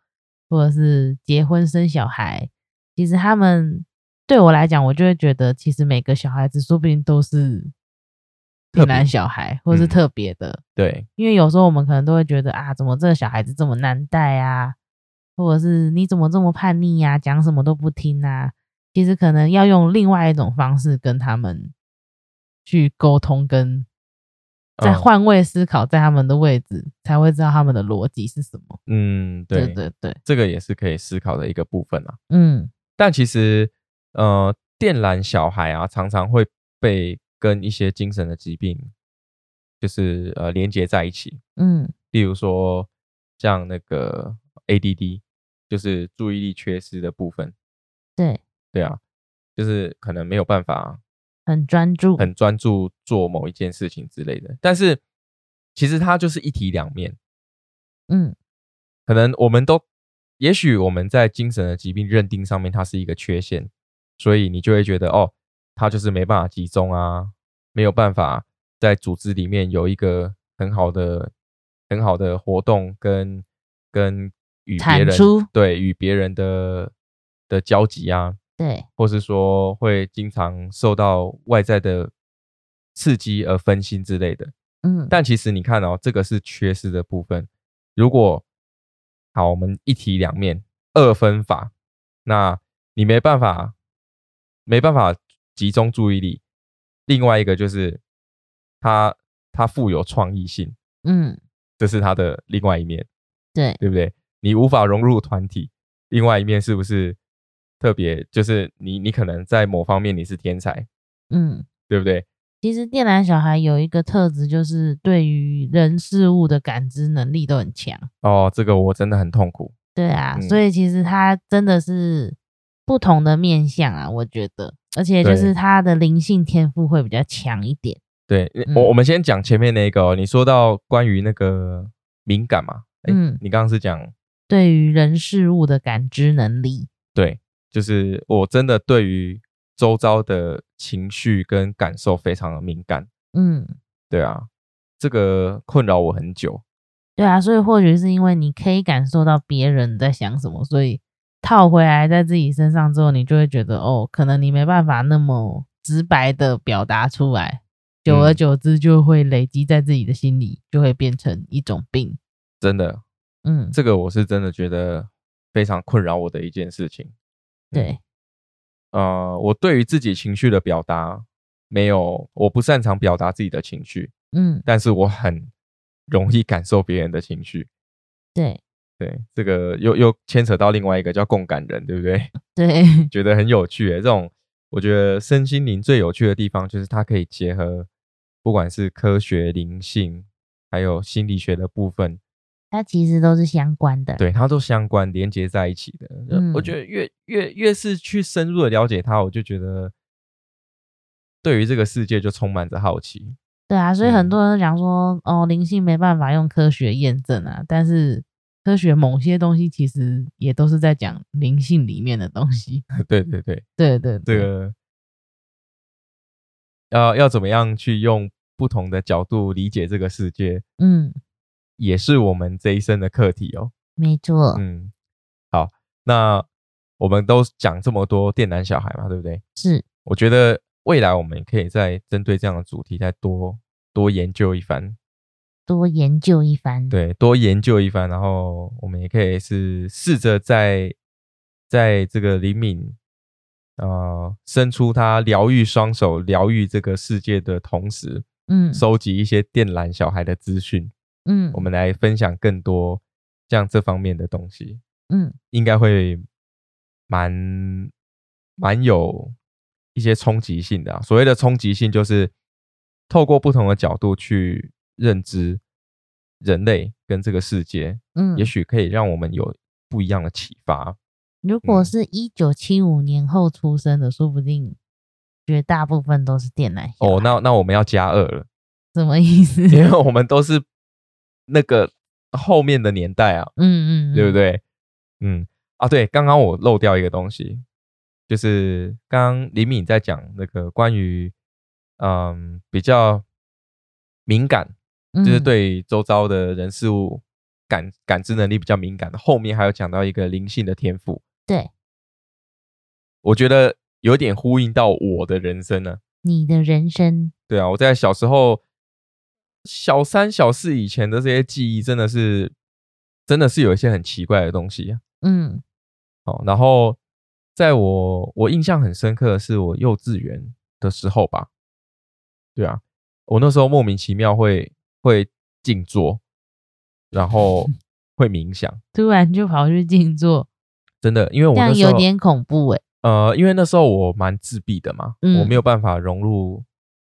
[SPEAKER 2] 或者是结婚生小孩，其实他们对我来讲，我就会觉得，其实每个小孩子说不定都是
[SPEAKER 1] 特别
[SPEAKER 2] 男小孩，或是
[SPEAKER 1] 嗯
[SPEAKER 2] 特别的，
[SPEAKER 1] 对，
[SPEAKER 2] 因为有时候我们可能都会觉得啊，怎么这个小孩子这么难带啊，或者是你怎么这么叛逆呀、讲什么都不听啊，其实可能要用另外一种方式跟他们去沟通跟在
[SPEAKER 1] 嗯
[SPEAKER 2] 换位思考，在他们的位置，才会知道他们的逻辑是什么。
[SPEAKER 1] 嗯，对，
[SPEAKER 2] 对对对，
[SPEAKER 1] 这个也是可以思考的一个部分啊。
[SPEAKER 2] 嗯
[SPEAKER 1] 但其实，呃，电缆小孩啊，常常会被跟一些精神的疾病，就是呃连接在一起。
[SPEAKER 2] 嗯
[SPEAKER 1] 例如说像那个 ADD，就是注意力缺失的部分，
[SPEAKER 2] 对，
[SPEAKER 1] 对啊，就是可能没有办法
[SPEAKER 2] 很专注，
[SPEAKER 1] 很专注做某一件事情之类的。但是其实它就是一体两面，
[SPEAKER 2] 嗯
[SPEAKER 1] 可能我们都，也许我们在精神的疾病认定上面它是一个缺陷，所以你就会觉得哦，他就是没办法集中啊，没有办法在组织里面有一个很好的、很好的活动跟跟与别
[SPEAKER 2] 产
[SPEAKER 1] 人
[SPEAKER 2] 出
[SPEAKER 1] 对与别人的的交集啊，
[SPEAKER 2] 对，
[SPEAKER 1] 或是说会经常受到外在的刺激而分心之类的。
[SPEAKER 2] 嗯
[SPEAKER 1] 但其实你看哦，这个是缺失的部分。如果好，我们一体两面二分法，那你没办法没办法集中注意力。另外一个就是它它富有创意性，
[SPEAKER 2] 嗯
[SPEAKER 1] 这是它的另外一面，
[SPEAKER 2] 对，
[SPEAKER 1] 对不对？你无法融入团体，另外一面是不是特别？就是你你可能在某方面你是天才，
[SPEAKER 2] 嗯。
[SPEAKER 1] 对不对？
[SPEAKER 2] 其实电缆小孩有一个特质，就是对于人事物的感知能力都很强。
[SPEAKER 1] 哦，这个我真的很痛苦。
[SPEAKER 2] 对啊，
[SPEAKER 1] 嗯
[SPEAKER 2] 所以其实他真的是不同的面相啊，我觉得，而且就
[SPEAKER 1] 对
[SPEAKER 2] 是他的灵性天赋会比较强一点。
[SPEAKER 1] 对，我、
[SPEAKER 2] 嗯
[SPEAKER 1] 我们先讲前面那个、哦，你说到关于那个敏感嘛，诶
[SPEAKER 2] 嗯
[SPEAKER 1] 你刚刚是讲
[SPEAKER 2] 对于人事物的感知能力，
[SPEAKER 1] 对，就是我真的对于周遭的情绪跟感受非常的敏感，
[SPEAKER 2] 嗯，
[SPEAKER 1] 对啊，这个困扰我很久，
[SPEAKER 2] 对啊，所以或许是因为你可以感受到别人在想什么，所以套回来在自己身上之后，你就会觉得哦，可能你没办法那么直白的表达出来，久而
[SPEAKER 1] 嗯
[SPEAKER 2] 久之就会累积在自己的心里，就会变成一种病。
[SPEAKER 1] 真的，
[SPEAKER 2] 嗯，
[SPEAKER 1] 这个我是真的觉得非常困扰我的一件事情。
[SPEAKER 2] 对，
[SPEAKER 1] 呃，我对于自己情绪的表达没有，我不擅长表达自己的情绪，
[SPEAKER 2] 嗯，
[SPEAKER 1] 但是我很容易感受别人的情绪。
[SPEAKER 2] 对，
[SPEAKER 1] 对，这个又又牵扯到另外一个叫共感人，对不对？
[SPEAKER 2] 对，
[SPEAKER 1] 觉得很有趣、欸。这种我觉得身心灵最有趣的地方就是它可以结合，不管是科学、灵性，还有心理学的部分，
[SPEAKER 2] 它其实都是相关的。
[SPEAKER 1] 对它都相关连接在一起的。呃我
[SPEAKER 2] 嗯
[SPEAKER 1] 觉得越越越是去深入的了解它，我就觉得对于这个世界就充满着好奇。
[SPEAKER 2] 对啊，所以
[SPEAKER 1] 嗯
[SPEAKER 2] 很多人都讲说，哦，灵性没办法用科学验证啊，但是科学某些东西其实也都是在讲灵性里面的东西。
[SPEAKER 1] 对对对，
[SPEAKER 2] 对对
[SPEAKER 1] 这
[SPEAKER 2] 对，
[SPEAKER 1] 个要、要怎么样去用不同的角度理解这个世界，
[SPEAKER 2] 嗯，
[SPEAKER 1] 也是我们这一生的课题哦。
[SPEAKER 2] 没错，
[SPEAKER 1] 嗯，好，那我们都讲这么多电男小孩嘛，对不对？
[SPEAKER 2] 是
[SPEAKER 1] 我觉得未来我们可以再针对这样的主题再多多研究一番，
[SPEAKER 2] 多研究一番。
[SPEAKER 1] 对，多研究一番，然后我们也可以是试着在在这个灵敏呃伸出他疗愈双手、疗愈这个世界的同时，
[SPEAKER 2] 嗯
[SPEAKER 1] 收集一些电缆小孩的资讯，
[SPEAKER 2] 嗯
[SPEAKER 1] 我们来分享更多像这方面的东西。
[SPEAKER 2] 嗯，
[SPEAKER 1] 应该会蛮蛮有一些冲击性的、啊。所谓的冲击性，就是透过不同的角度去认知人类跟这个世界，
[SPEAKER 2] 嗯
[SPEAKER 1] 也，许可以让我们有不一样的启发。
[SPEAKER 2] 如果
[SPEAKER 1] 嗯
[SPEAKER 2] 是一九七五年后出生的，说不定绝大部分都是电缆小
[SPEAKER 1] 哦，
[SPEAKER 2] 孩
[SPEAKER 1] 那那我们要加二了，
[SPEAKER 2] 什么意思？
[SPEAKER 1] 因为我们都是那个后面的年代啊，
[SPEAKER 2] 嗯嗯，
[SPEAKER 1] 对不
[SPEAKER 2] 对？
[SPEAKER 1] 对？嗯啊，对，刚刚我漏掉一个东西，就是刚刚李敏在讲那个关于嗯比较敏感，就是
[SPEAKER 2] 嗯，
[SPEAKER 1] 对于周遭的人事物感感知能力比较敏感的。后面还有讲到一个灵性的天赋，
[SPEAKER 2] 对，
[SPEAKER 1] 我觉得有点呼应到我的人生呢、
[SPEAKER 2] 你的人生，
[SPEAKER 1] 对啊，我在小时候小三、小四以前的这些记忆，真的是真的是有一些很奇怪的东西啊。
[SPEAKER 2] 嗯
[SPEAKER 1] 哦，然后在我我印象很深刻的是我幼稚园的时候吧，对啊，我那时候莫名其妙会会静坐，然 后会冥想，
[SPEAKER 2] 突然就跑去静坐，
[SPEAKER 1] 真的，因为我
[SPEAKER 2] 这
[SPEAKER 1] 那
[SPEAKER 2] 样
[SPEAKER 1] 时候
[SPEAKER 2] 有点恐怖哎、
[SPEAKER 1] 呃，因为那时候我蛮自闭的嘛，我
[SPEAKER 2] 嗯
[SPEAKER 1] 没有办法融入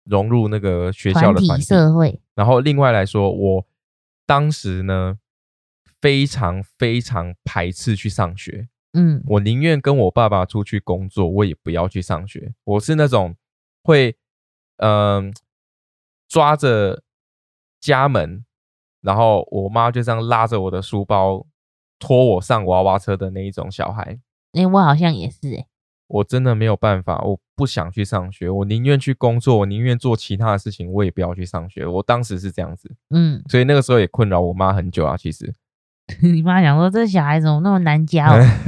[SPEAKER 1] 融入那个学校
[SPEAKER 2] 团
[SPEAKER 1] 的
[SPEAKER 2] 体
[SPEAKER 1] 环境，
[SPEAKER 2] 社会，
[SPEAKER 1] 然后另外来说，我当时呢非常非常排斥去上学，
[SPEAKER 2] 嗯
[SPEAKER 1] 我宁愿跟我爸爸出去工作，我也不要去上学。我是那种会，嗯、抓着家门，然后我妈就这样拉着我的书包，拖我上娃娃车的那一种小孩。
[SPEAKER 2] 哎、我好像也是哎、
[SPEAKER 1] 我真的没有办法，我不想去上学，我宁愿去工作，我宁愿做其他的事情，我也不要去上学。我当时是这样子，
[SPEAKER 2] 嗯，
[SPEAKER 1] 所以那个时候也困扰我妈很久啊。其实，
[SPEAKER 2] 你妈想说这小孩怎么那么难教、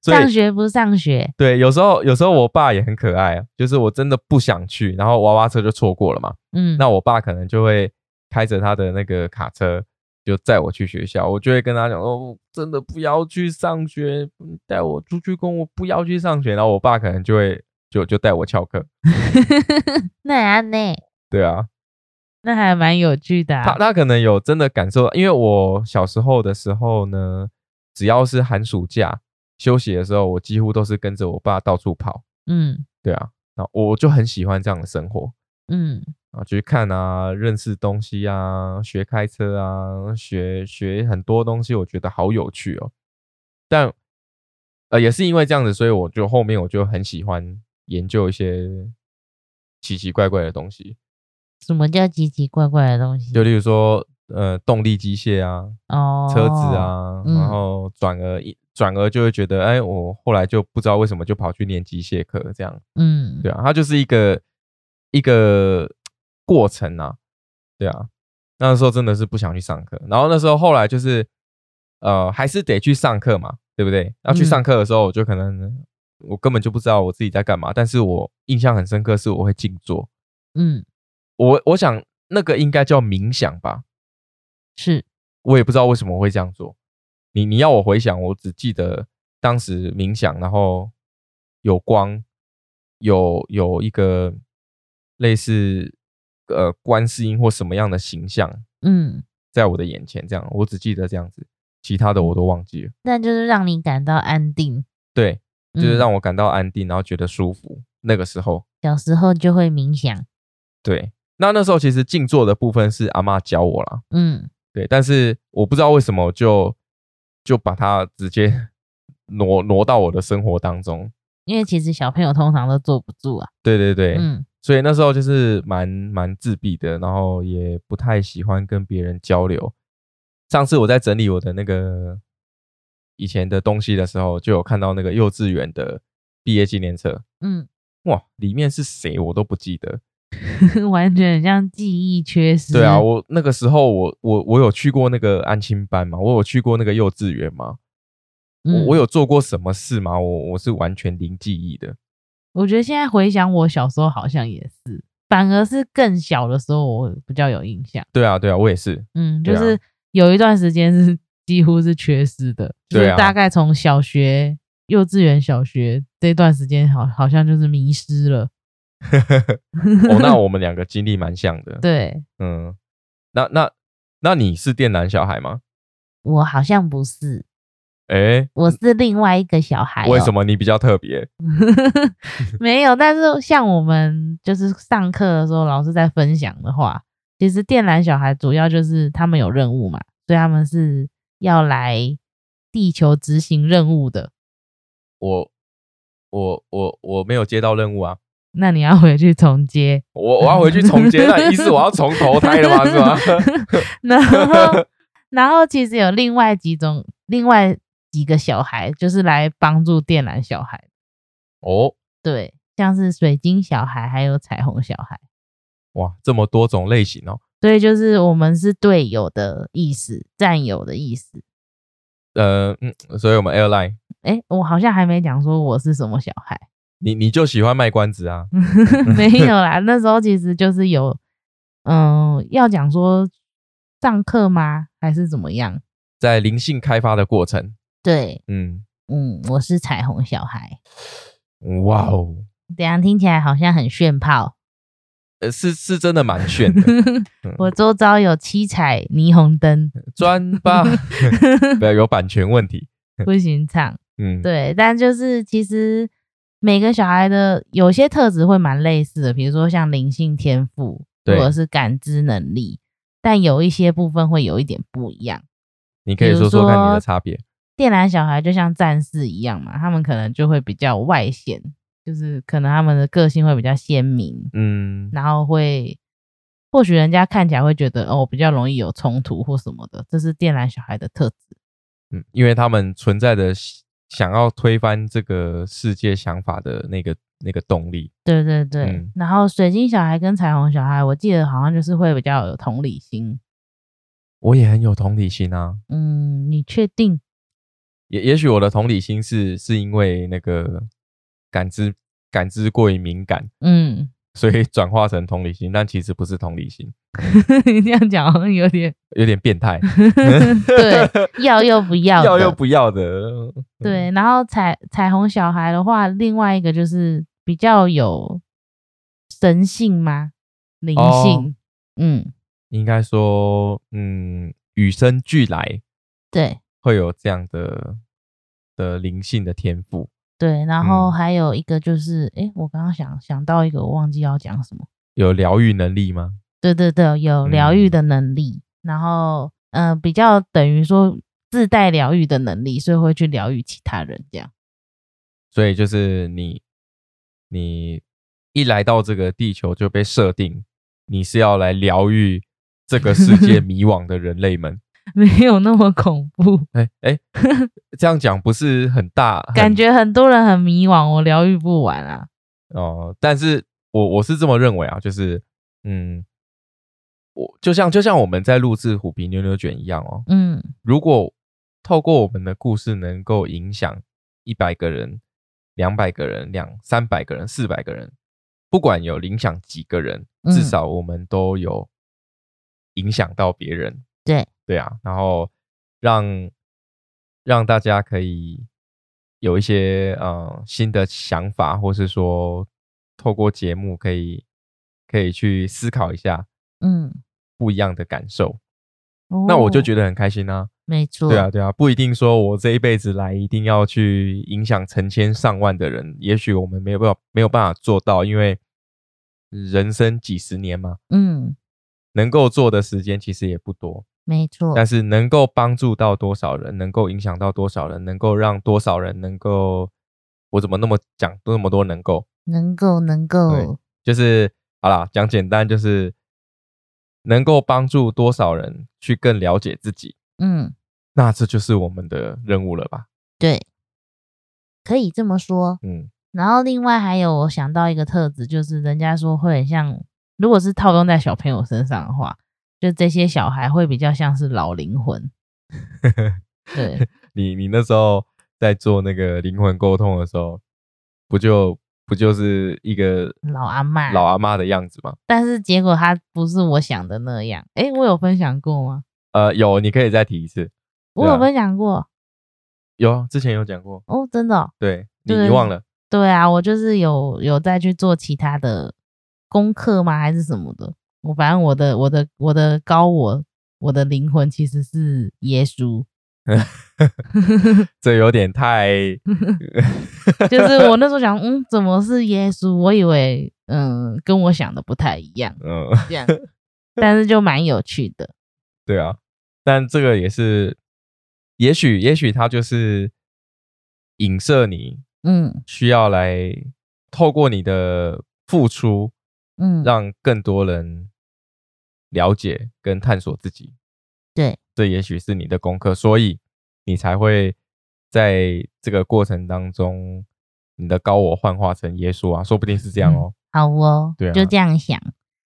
[SPEAKER 1] 所以
[SPEAKER 2] 上学不上学，
[SPEAKER 1] 对，有时候有时候我爸也很可爱啊，就是我真的不想去，然后娃娃车就错过了嘛。
[SPEAKER 2] 嗯，
[SPEAKER 1] 那我爸可能就会开着他的那个卡车，就载我去学校。我就会跟他讲说，哦，真的不要去上学，你带我出去工，我不要去上学。然后我爸可能就会就就带我翘课。
[SPEAKER 2] 那安呢？
[SPEAKER 1] 对啊，
[SPEAKER 2] 那还蛮有趣的、
[SPEAKER 1] 他
[SPEAKER 2] 啊。
[SPEAKER 1] 他可能有真的感受到，因为我小时候的时候呢，只要是寒暑假休息的时候，我几乎都是跟着我爸到处跑。
[SPEAKER 2] 嗯
[SPEAKER 1] 对啊，那我就很喜欢这样的生活。
[SPEAKER 2] 嗯
[SPEAKER 1] 啊，去看啊，认识东西啊，学开车啊，学学很多东西，我觉得好有趣哦。但呃，也是因为这样子，所以我就后面我就很喜欢研究一些奇奇怪怪的东西，
[SPEAKER 2] 什么叫奇奇怪怪的东西？
[SPEAKER 1] 就例如说呃，动力机械啊，
[SPEAKER 2] 哦，
[SPEAKER 1] 车子，啊，然
[SPEAKER 2] 嗯
[SPEAKER 1] 后转而一转而就会觉得，哎，我后来就不知道为什么就跑去念机械课这样。
[SPEAKER 2] 嗯，
[SPEAKER 1] 对啊，它就是一个一个过程啊，对啊，那时候真的是不想去上课，然后那时候后来就是呃还是得去上课嘛，对不对？要去上课的时候，我就可能我根本就不知道我自己在干嘛，但是我印象很深刻是我会静坐，
[SPEAKER 2] 嗯，
[SPEAKER 1] 我我想那个应该叫冥想吧，
[SPEAKER 2] 是，
[SPEAKER 1] 我也不知道为什么会这样做。你你要我回想，我只记得当时冥想，然后有光，有有一个类似呃观世音或什么样的形象
[SPEAKER 2] 嗯，
[SPEAKER 1] 在我的眼前，这样我只记得这样子，其他的我都忘记了。
[SPEAKER 2] 那就是让你感到安定，
[SPEAKER 1] 对，就是
[SPEAKER 2] 嗯
[SPEAKER 1] 让我感到安定，然后觉得舒服。那个时候，
[SPEAKER 2] 小时候就会冥想，
[SPEAKER 1] 对，那那时候其实静坐的部分是阿嬷教我啦，
[SPEAKER 2] 嗯，
[SPEAKER 1] 对，但是我不知道为什么我就就把它直接 挪挪到我的生活当中。
[SPEAKER 2] 因为其实小朋友通常都坐不住啊，
[SPEAKER 1] 对对对，
[SPEAKER 2] 嗯
[SPEAKER 1] 所以那时候就是蛮蛮自闭的，然后也不太喜欢跟别人交流。上次我在整理我的那个以前的东西的时候，就有看到那个幼稚园的毕业纪念册，
[SPEAKER 2] 嗯，
[SPEAKER 1] 哇，里面是谁我都不记得。
[SPEAKER 2] 完全很像记忆缺失，
[SPEAKER 1] 对啊，我那个时候我我我有去过那个安亲班嘛，我有去过那个幼稚园嘛，我
[SPEAKER 2] 嗯
[SPEAKER 1] 我有做过什么事吗？我我是完全零记忆的。
[SPEAKER 2] 我觉得现在回想我小时候好像也是，反而是更小的时候我比较有印象。
[SPEAKER 1] 对啊，对啊，我也是。
[SPEAKER 2] 嗯，
[SPEAKER 1] 对
[SPEAKER 2] 就
[SPEAKER 1] 啊
[SPEAKER 2] 是有一段时间是几乎是缺失的，就
[SPEAKER 1] 对
[SPEAKER 2] 是
[SPEAKER 1] 啊
[SPEAKER 2] 大概从小学、幼稚园、小学这段时间好，好像就是迷失了。
[SPEAKER 1] 哦，那我们两个经历蛮像的。
[SPEAKER 2] 对
[SPEAKER 1] 嗯，那那那你是电男小孩吗？
[SPEAKER 2] 我好像不是，
[SPEAKER 1] 诶，
[SPEAKER 2] 我是另外一个小孩、
[SPEAKER 1] 为什
[SPEAKER 2] 么？
[SPEAKER 1] 么你比较特别？
[SPEAKER 2] 没有，但是像我们就是上课的时候，老师在分享的话，其实电缆小孩主要就是他们有任务嘛，所以他们是要来地球执行任务的。
[SPEAKER 1] 我我我我没有接到任务啊，
[SPEAKER 2] 那你要回去重接，
[SPEAKER 1] 我我要回去重接， 那意思我要重投胎了吗？是吗？
[SPEAKER 2] 然后，然后其实有另外几种，另外几个小孩就是来帮助电缆小孩，
[SPEAKER 1] 哦，
[SPEAKER 2] 对，像是水晶小孩还有彩虹小孩，
[SPEAKER 1] 哇，这么多种类型哦。
[SPEAKER 2] 所以就是我们是队友的意思，战友的意思。
[SPEAKER 1] 呃，嗯，所以我们 airline，
[SPEAKER 2] 诶，我好像还没讲说我是什么小孩，
[SPEAKER 1] 你你就喜欢卖关子啊？
[SPEAKER 2] 没有啦。那时候其实就是有，嗯，要讲说上课吗，还是怎么样？
[SPEAKER 1] 在灵性开发的过程，
[SPEAKER 2] 对，
[SPEAKER 1] 嗯，
[SPEAKER 2] 嗯，我是彩虹小孩，
[SPEAKER 1] 哇哦，
[SPEAKER 2] 这样听起来好像很炫炮。
[SPEAKER 1] 呃，是是真的蛮炫的，
[SPEAKER 2] 我周遭有七彩霓虹 灯，
[SPEAKER 1] 专吧，不要有版权问题，
[SPEAKER 2] 不行唱。
[SPEAKER 1] 嗯，
[SPEAKER 2] 对，但就是其实每个小孩的有些特质会蛮类似的，比如说像灵性天赋或
[SPEAKER 1] 对
[SPEAKER 2] 者是感知能力，但有一些部分会有一点不一样。
[SPEAKER 1] 你可以
[SPEAKER 2] 比如
[SPEAKER 1] 说说看你
[SPEAKER 2] 说
[SPEAKER 1] 的差别，
[SPEAKER 2] 电缆小孩就像战士一样嘛，他们可能就会比较外显，就是可能他们的个性会比较鲜明，
[SPEAKER 1] 嗯，
[SPEAKER 2] 然后会或许人家看起来会觉得哦比较容易有冲突或什么的，这是电缆小孩的特质。
[SPEAKER 1] 嗯，因为他们存在的想想要推翻这个世界想法的那个那个动力，
[SPEAKER 2] 对对对，
[SPEAKER 1] 嗯
[SPEAKER 2] 然后水晶小孩跟彩虹小孩，我记得好像就是会比较有同理心。
[SPEAKER 1] 我也很有同理心啊。
[SPEAKER 2] 嗯，你确定？
[SPEAKER 1] 也也许我的同理心是是因为那个感知感知过于敏感，
[SPEAKER 2] 嗯，
[SPEAKER 1] 所以转化成同理心，但其实不是同理心，
[SPEAKER 2] 你这样讲好像有点
[SPEAKER 1] 有点变态，
[SPEAKER 2] 对， 要又不要的，
[SPEAKER 1] 要又不要的。
[SPEAKER 2] 对。然后彩彩虹小孩的话，另外一个就是比较有神性吗？灵
[SPEAKER 1] 哦
[SPEAKER 2] 性，嗯，
[SPEAKER 1] 应该说，嗯，与生俱来
[SPEAKER 2] 对
[SPEAKER 1] 会有这样的的灵性的天赋。
[SPEAKER 2] 对。然后
[SPEAKER 1] 嗯
[SPEAKER 2] 还有一个就是，诶，我刚刚想想到一个，我忘记要讲什么。
[SPEAKER 1] 有疗愈能力吗？
[SPEAKER 2] 对对对，有疗愈
[SPEAKER 1] 嗯
[SPEAKER 2] 的能力，然后嗯、呃比较等于说自带疗愈的能力，所以会去疗愈其他人这样。
[SPEAKER 1] 所以就是你，你一来到这个地球就被设定你是要来疗愈这个世 界迷惘的人类们。
[SPEAKER 2] 没有那么恐怖，
[SPEAKER 1] 哎 哎，这样讲不是很大很
[SPEAKER 2] 感觉很多人很迷惘，我疗愈不完啊。
[SPEAKER 1] 哦、但是我我是这么认为啊，就是嗯，我就像就像我们在录制虎皮妞妞卷一样哦，
[SPEAKER 2] 嗯
[SPEAKER 1] 如果透过我们的故事，能够影响一百个人、两百个人、两三百个人、四百个人，不管有影响几个人，
[SPEAKER 2] 嗯
[SPEAKER 1] 至少我们都有影响到别人。
[SPEAKER 2] 对
[SPEAKER 1] 对啊，然后让让大家可以有一些呃新的想法，或是说透过节目可以可以去思考一下
[SPEAKER 2] 嗯，
[SPEAKER 1] 不一样的感受，那我就
[SPEAKER 2] 得
[SPEAKER 1] 觉得很开心啊。
[SPEAKER 2] 没错，
[SPEAKER 1] 对啊，，对啊，不一定说我这一辈子来一定要去影响成千上万的人，也许我们没有办法没有办法做到，因为人生几十年嘛，
[SPEAKER 2] 嗯，
[SPEAKER 1] 能够做的时间其实也不多，
[SPEAKER 2] 没错，
[SPEAKER 1] 但是能够帮助到多少人，能够影响到多少人，能够让多少人能够，我怎么那么讲那么多能够，
[SPEAKER 2] 能够能够，
[SPEAKER 1] 就是好啦，讲简单就是能够帮助多少人去更了解自己，
[SPEAKER 2] 嗯，
[SPEAKER 1] 那这就是我们的任务了吧？
[SPEAKER 2] 对，可以这么说。
[SPEAKER 1] 嗯，
[SPEAKER 2] 然后另外还有我想到一个特质，就是人家说会很像，如果是套用在小朋友身上的话，就这些小孩会比较像是老灵魂。 对，
[SPEAKER 1] 你你那时候在做那个灵魂沟通的时候，不就不就是一个
[SPEAKER 2] 老阿嬷
[SPEAKER 1] 老阿妈的样子吗？
[SPEAKER 2] 但是结果他不是我想的那样。诶，我有分享过吗？
[SPEAKER 1] 呃，有，你可以再提一次。
[SPEAKER 2] 我
[SPEAKER 1] 对啊
[SPEAKER 2] 有分享过
[SPEAKER 1] 有，啊之前有讲过，
[SPEAKER 2] 哦，真的哦、
[SPEAKER 1] 对你
[SPEAKER 2] 对
[SPEAKER 1] 你忘了？
[SPEAKER 2] 对啊，我就是有有再去做其他的功课吗？还是什么的？我反正我的我的我的高我，我的灵魂其实是耶稣，
[SPEAKER 1] 这有点 太
[SPEAKER 2] 就是我那时候想，嗯，怎么是耶稣？我以为嗯跟我想的不太一样，
[SPEAKER 1] 嗯，
[SPEAKER 2] 这样，但是就蛮有趣的。
[SPEAKER 1] 对啊。但这个也是，也许也许它就是影射你
[SPEAKER 2] 嗯
[SPEAKER 1] 需要来透过你的付出，
[SPEAKER 2] 嗯，
[SPEAKER 1] 让更多人了解跟探索自己。
[SPEAKER 2] 对，
[SPEAKER 1] 这也许是你的功课，所以你才会在这个过程当中，你的高我幻化成耶稣啊，说不定是这样哦。
[SPEAKER 2] 好哦，
[SPEAKER 1] 对啊
[SPEAKER 2] 就这样想。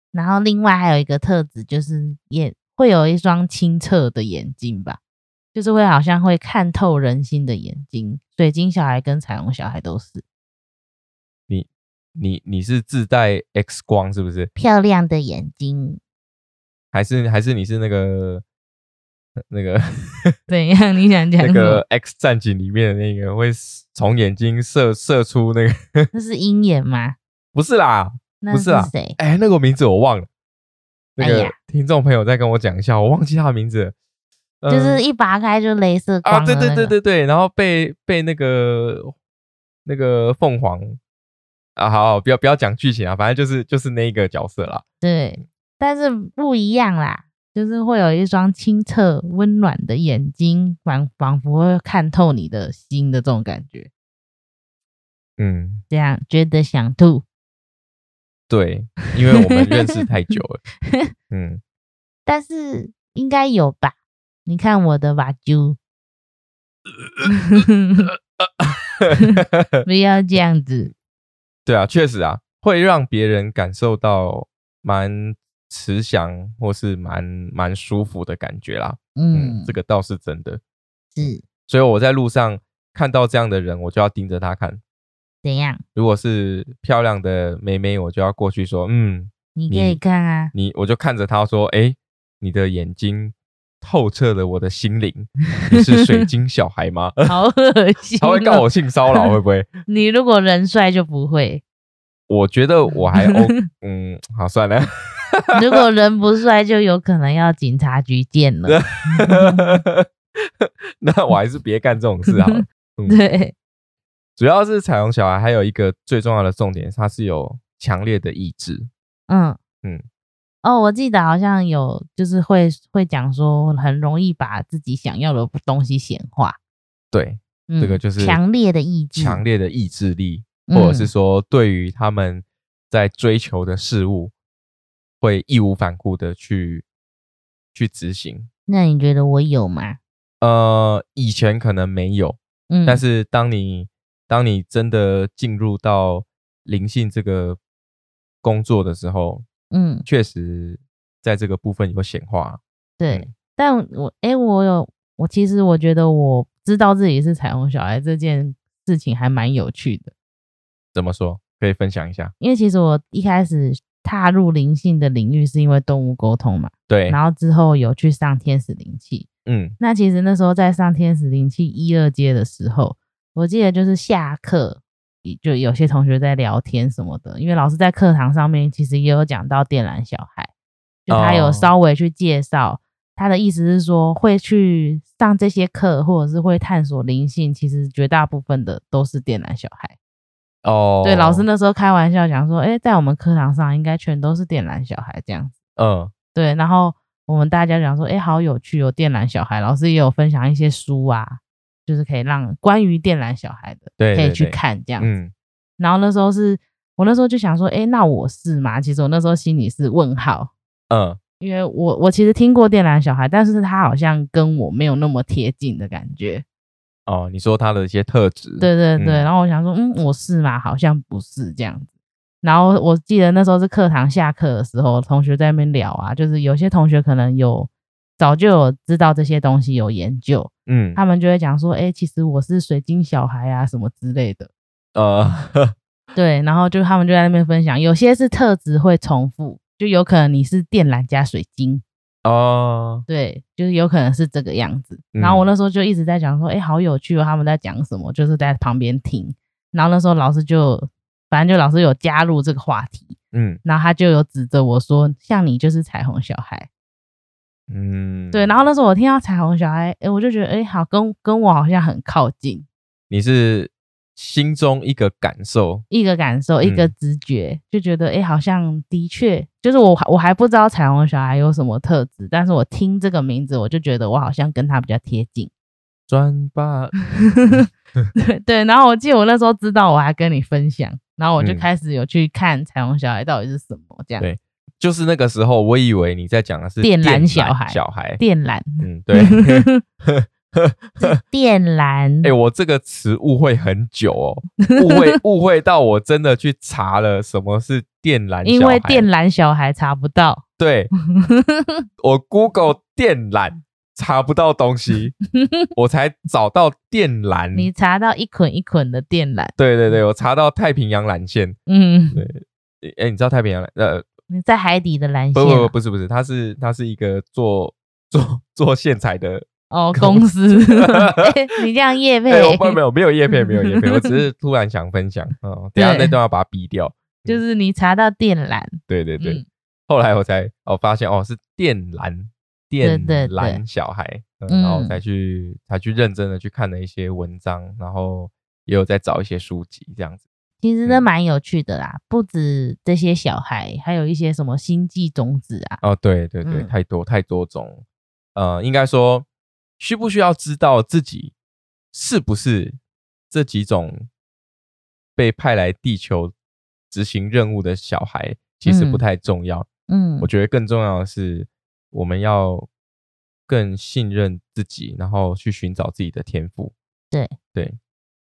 [SPEAKER 2] 然后另外还有一个特质就是也会有一双清澈的眼睛吧，就是会好像会看透人心的眼睛。水晶小孩跟彩虹小孩都是
[SPEAKER 1] 你你是自带 X 光是不是？
[SPEAKER 2] 漂亮的眼睛。
[SPEAKER 1] 还是还是你是那个那个
[SPEAKER 2] 怎样？你想讲
[SPEAKER 1] 那
[SPEAKER 2] 什
[SPEAKER 1] 个
[SPEAKER 2] 么？
[SPEAKER 1] X 战警里面的那个会从眼睛射射出那个？
[SPEAKER 2] 那是鹰眼吗？
[SPEAKER 1] 不是啦，
[SPEAKER 2] 那
[SPEAKER 1] 不是啊
[SPEAKER 2] 谁？
[SPEAKER 1] 哎，那个名字我忘了。那
[SPEAKER 2] 哎
[SPEAKER 1] 个
[SPEAKER 2] 呀
[SPEAKER 1] 听众朋友再跟我讲一下，我忘记他的名字了。呃
[SPEAKER 2] 就是一拔开就镭射光
[SPEAKER 1] 啊，
[SPEAKER 2] 的
[SPEAKER 1] 对
[SPEAKER 2] 那个。
[SPEAKER 1] 对对对对，然后被被那个那个凤凰啊，好好不要不要讲剧情啊，反正就是就是那一个角色啦。
[SPEAKER 2] 对，但是不一样啦，就是会有一双清澈温暖的眼睛，仿仿佛会看透你的心的这种感觉。
[SPEAKER 1] 嗯，
[SPEAKER 2] 这样觉得想吐，
[SPEAKER 1] 对，因为我们认识太久 了。嗯，
[SPEAKER 2] 但是应该有吧？你看我的吧啾， 不要这样子。
[SPEAKER 1] 对啊，确实啊，会让别人感受到蛮慈祥或是蛮蛮舒服的感觉啦。嗯，
[SPEAKER 2] 嗯，
[SPEAKER 1] 这个倒是真的。
[SPEAKER 2] 是
[SPEAKER 1] 所以我在路上看到这样的人，我就要盯着他看。
[SPEAKER 2] 怎样？
[SPEAKER 1] 如果是漂亮的妹妹，我就要过去说，嗯，
[SPEAKER 2] 你可以
[SPEAKER 1] 你
[SPEAKER 2] 看啊，
[SPEAKER 1] 你我就看着她说，诶，你的眼睛透彻了我的心灵，你是水晶小孩吗？
[SPEAKER 2] 好恶心、哦
[SPEAKER 1] 她会告我。性骚扰，会不会？
[SPEAKER 2] 你如果人帅就不会，
[SPEAKER 1] 我觉得我还 O，嗯，好算了，
[SPEAKER 2] 如果人不帅就有可能要警察局见了。
[SPEAKER 1] 那我还是别干这种事好了。嗯，
[SPEAKER 2] 对，
[SPEAKER 1] 主要是彩虹小孩还有一个最重要的重点，它是有强烈的意志，
[SPEAKER 2] 嗯
[SPEAKER 1] 嗯
[SPEAKER 2] 嗯。哦，我记得好像有，就是会会讲说，很容易把自己想要的东西显化。
[SPEAKER 1] 对，
[SPEAKER 2] 嗯
[SPEAKER 1] 这个就是
[SPEAKER 2] 强烈的意志，
[SPEAKER 1] 强烈的意志力，或者是
[SPEAKER 2] 嗯
[SPEAKER 1] 说对于他们在追求的事物，会义无反顾的去去执行。
[SPEAKER 2] 那你觉得我有吗？
[SPEAKER 1] 呃，以前可能没有，
[SPEAKER 2] 嗯，
[SPEAKER 1] 但是当你当你真的进入到灵性这个工作的时候，
[SPEAKER 2] 嗯，
[SPEAKER 1] 确实在这个部分有显化。
[SPEAKER 2] 对。
[SPEAKER 1] 嗯
[SPEAKER 2] 但我诶，我有我其实我觉得我知道自己是彩虹小孩这件事情还蛮有趣的，
[SPEAKER 1] 怎么说？可以分享一下？
[SPEAKER 2] 因为其实我一开始踏入灵性的领域是因为动物沟通嘛，
[SPEAKER 1] 对，
[SPEAKER 2] 然后之后有去上天使灵气，
[SPEAKER 1] 嗯，
[SPEAKER 2] 那其实那时候在上天使灵气一二阶的时候，我记得就是下课就有些同学在聊天什么的，因为老师在课堂上面其实也有讲到电缆小孩，就他有
[SPEAKER 1] 哦
[SPEAKER 2] 稍微去介绍。他的意思是说，会去上这些课，或者是会探索灵性，其实绝大部分的都是电缆小孩。
[SPEAKER 1] 哦，
[SPEAKER 2] 对，老师，那时候开玩笑讲说，诶，在我们课堂上应该全都是电缆小孩这样子。
[SPEAKER 1] 嗯，
[SPEAKER 2] 对，然后我们大家讲说，哎、好有趣哦，电缆小孩，老师也有分享一些书啊，就是可以让关于电缆小孩的
[SPEAKER 1] 对，
[SPEAKER 2] 可以
[SPEAKER 1] 对
[SPEAKER 2] 去，
[SPEAKER 1] 对
[SPEAKER 2] 看这样子。
[SPEAKER 1] 嗯，
[SPEAKER 2] 然后那时候是我那时候就想说，哎、那我是吗？其实我那时候心里是问号，
[SPEAKER 1] 嗯，
[SPEAKER 2] 因为我我其实听过电缆小孩，但是他好像跟我没有那么贴近的感觉。
[SPEAKER 1] 哦，你说他的一些特质，
[SPEAKER 2] 对对对，
[SPEAKER 1] 嗯
[SPEAKER 2] 然后我想说，嗯，我是吗？好像不是这样子。然后我记得那时候是课堂下课的时候，同学在那边聊啊，就是有些同学可能有早就有知道这些东西，有研究，
[SPEAKER 1] 嗯，
[SPEAKER 2] 他们就会讲说，哎、其实我是水晶小孩啊，什么之类的。
[SPEAKER 1] 呃，
[SPEAKER 2] 对，然后就他们就在那边分享，有些是特质会重复，就有可能你是电缆加水晶，
[SPEAKER 1] 哦，
[SPEAKER 2] 对，就是有可能是这个样子。然后我
[SPEAKER 1] 嗯
[SPEAKER 2] 那时候就一直在讲说，哎、好有趣哦，他们在讲什么，就是在旁边听。然后那时候老师就，反正就老师有加入这个话题，
[SPEAKER 1] 嗯
[SPEAKER 2] 然后他就有指着我说，像你就是彩虹小孩。
[SPEAKER 1] 嗯，
[SPEAKER 2] 对，然后那时候我听到彩虹小孩，哎、我就觉得，哎、好，跟跟我好像很靠近，
[SPEAKER 1] 你是心中一个感受，
[SPEAKER 2] 一个感受，一个
[SPEAKER 1] 嗯
[SPEAKER 2] 直觉，就觉得，哎、好像的确，就是我我还不知道彩虹小孩有什么特质，但是我听这个名字，我就觉得我好像跟他比较贴近。
[SPEAKER 1] 专 霸，
[SPEAKER 2] 对对，然后我记得我那时候知道，我还跟你分享，然后我就
[SPEAKER 1] 嗯
[SPEAKER 2] 开始有去看彩虹小孩到底是什么这样
[SPEAKER 1] 对就是那个时候，我以为你在讲的是
[SPEAKER 2] 电缆
[SPEAKER 1] 缆
[SPEAKER 2] 小孩
[SPEAKER 1] 小孩，
[SPEAKER 2] 电缆，
[SPEAKER 1] 嗯，对，
[SPEAKER 2] 是电缆，
[SPEAKER 1] 哎、我这个词误会很久哦，误会误会到我真的去查了什么是电缆小孩，
[SPEAKER 2] 因为电缆小孩查不到，
[SPEAKER 1] 对我 Google 电缆查不到东 西，我才找到电缆。
[SPEAKER 2] 你查到一捆一捆的电缆，
[SPEAKER 1] 对对对，我查到太平洋缆线。
[SPEAKER 2] 嗯，
[SPEAKER 1] 对诶哎、你知道太平洋缆？呃，
[SPEAKER 2] 你在海底的缆
[SPEAKER 1] 不
[SPEAKER 2] 线
[SPEAKER 1] 不
[SPEAKER 2] 啊
[SPEAKER 1] 不，不是不是，它是它是一个做 做做线材的。
[SPEAKER 2] 哦，公司，诶你这样夜
[SPEAKER 1] 对，
[SPEAKER 2] 配
[SPEAKER 1] 哎我，没有没有叶片，没有叶 片，我只是突然想分享。嗯，等一下
[SPEAKER 2] 对
[SPEAKER 1] 那段要把它逼 掉。
[SPEAKER 2] 就是你查到电缆，
[SPEAKER 1] 对对对，
[SPEAKER 2] 嗯
[SPEAKER 1] 后来我才哦发现哦是电缆电
[SPEAKER 2] 对对
[SPEAKER 1] 缆小孩，
[SPEAKER 2] 嗯
[SPEAKER 1] 嗯、然后我才去才去认真的去看了一些文章，然后也有在找一些书籍这样子。
[SPEAKER 2] 其实那
[SPEAKER 1] 嗯
[SPEAKER 2] 蛮有趣的啦，不止这些小孩，还有一些什么星际种子啊，
[SPEAKER 1] 哦，对对对，
[SPEAKER 2] 嗯
[SPEAKER 1] 太多太多种，呃，应该说需不需要知道自己是不是这几种被派来地球执行任务的小孩，其实不
[SPEAKER 2] 嗯
[SPEAKER 1] 太重要。
[SPEAKER 2] 嗯
[SPEAKER 1] 我，觉得更重要的是，我们要更信任自己，然后去寻找自己的天赋。
[SPEAKER 2] 对
[SPEAKER 1] 对，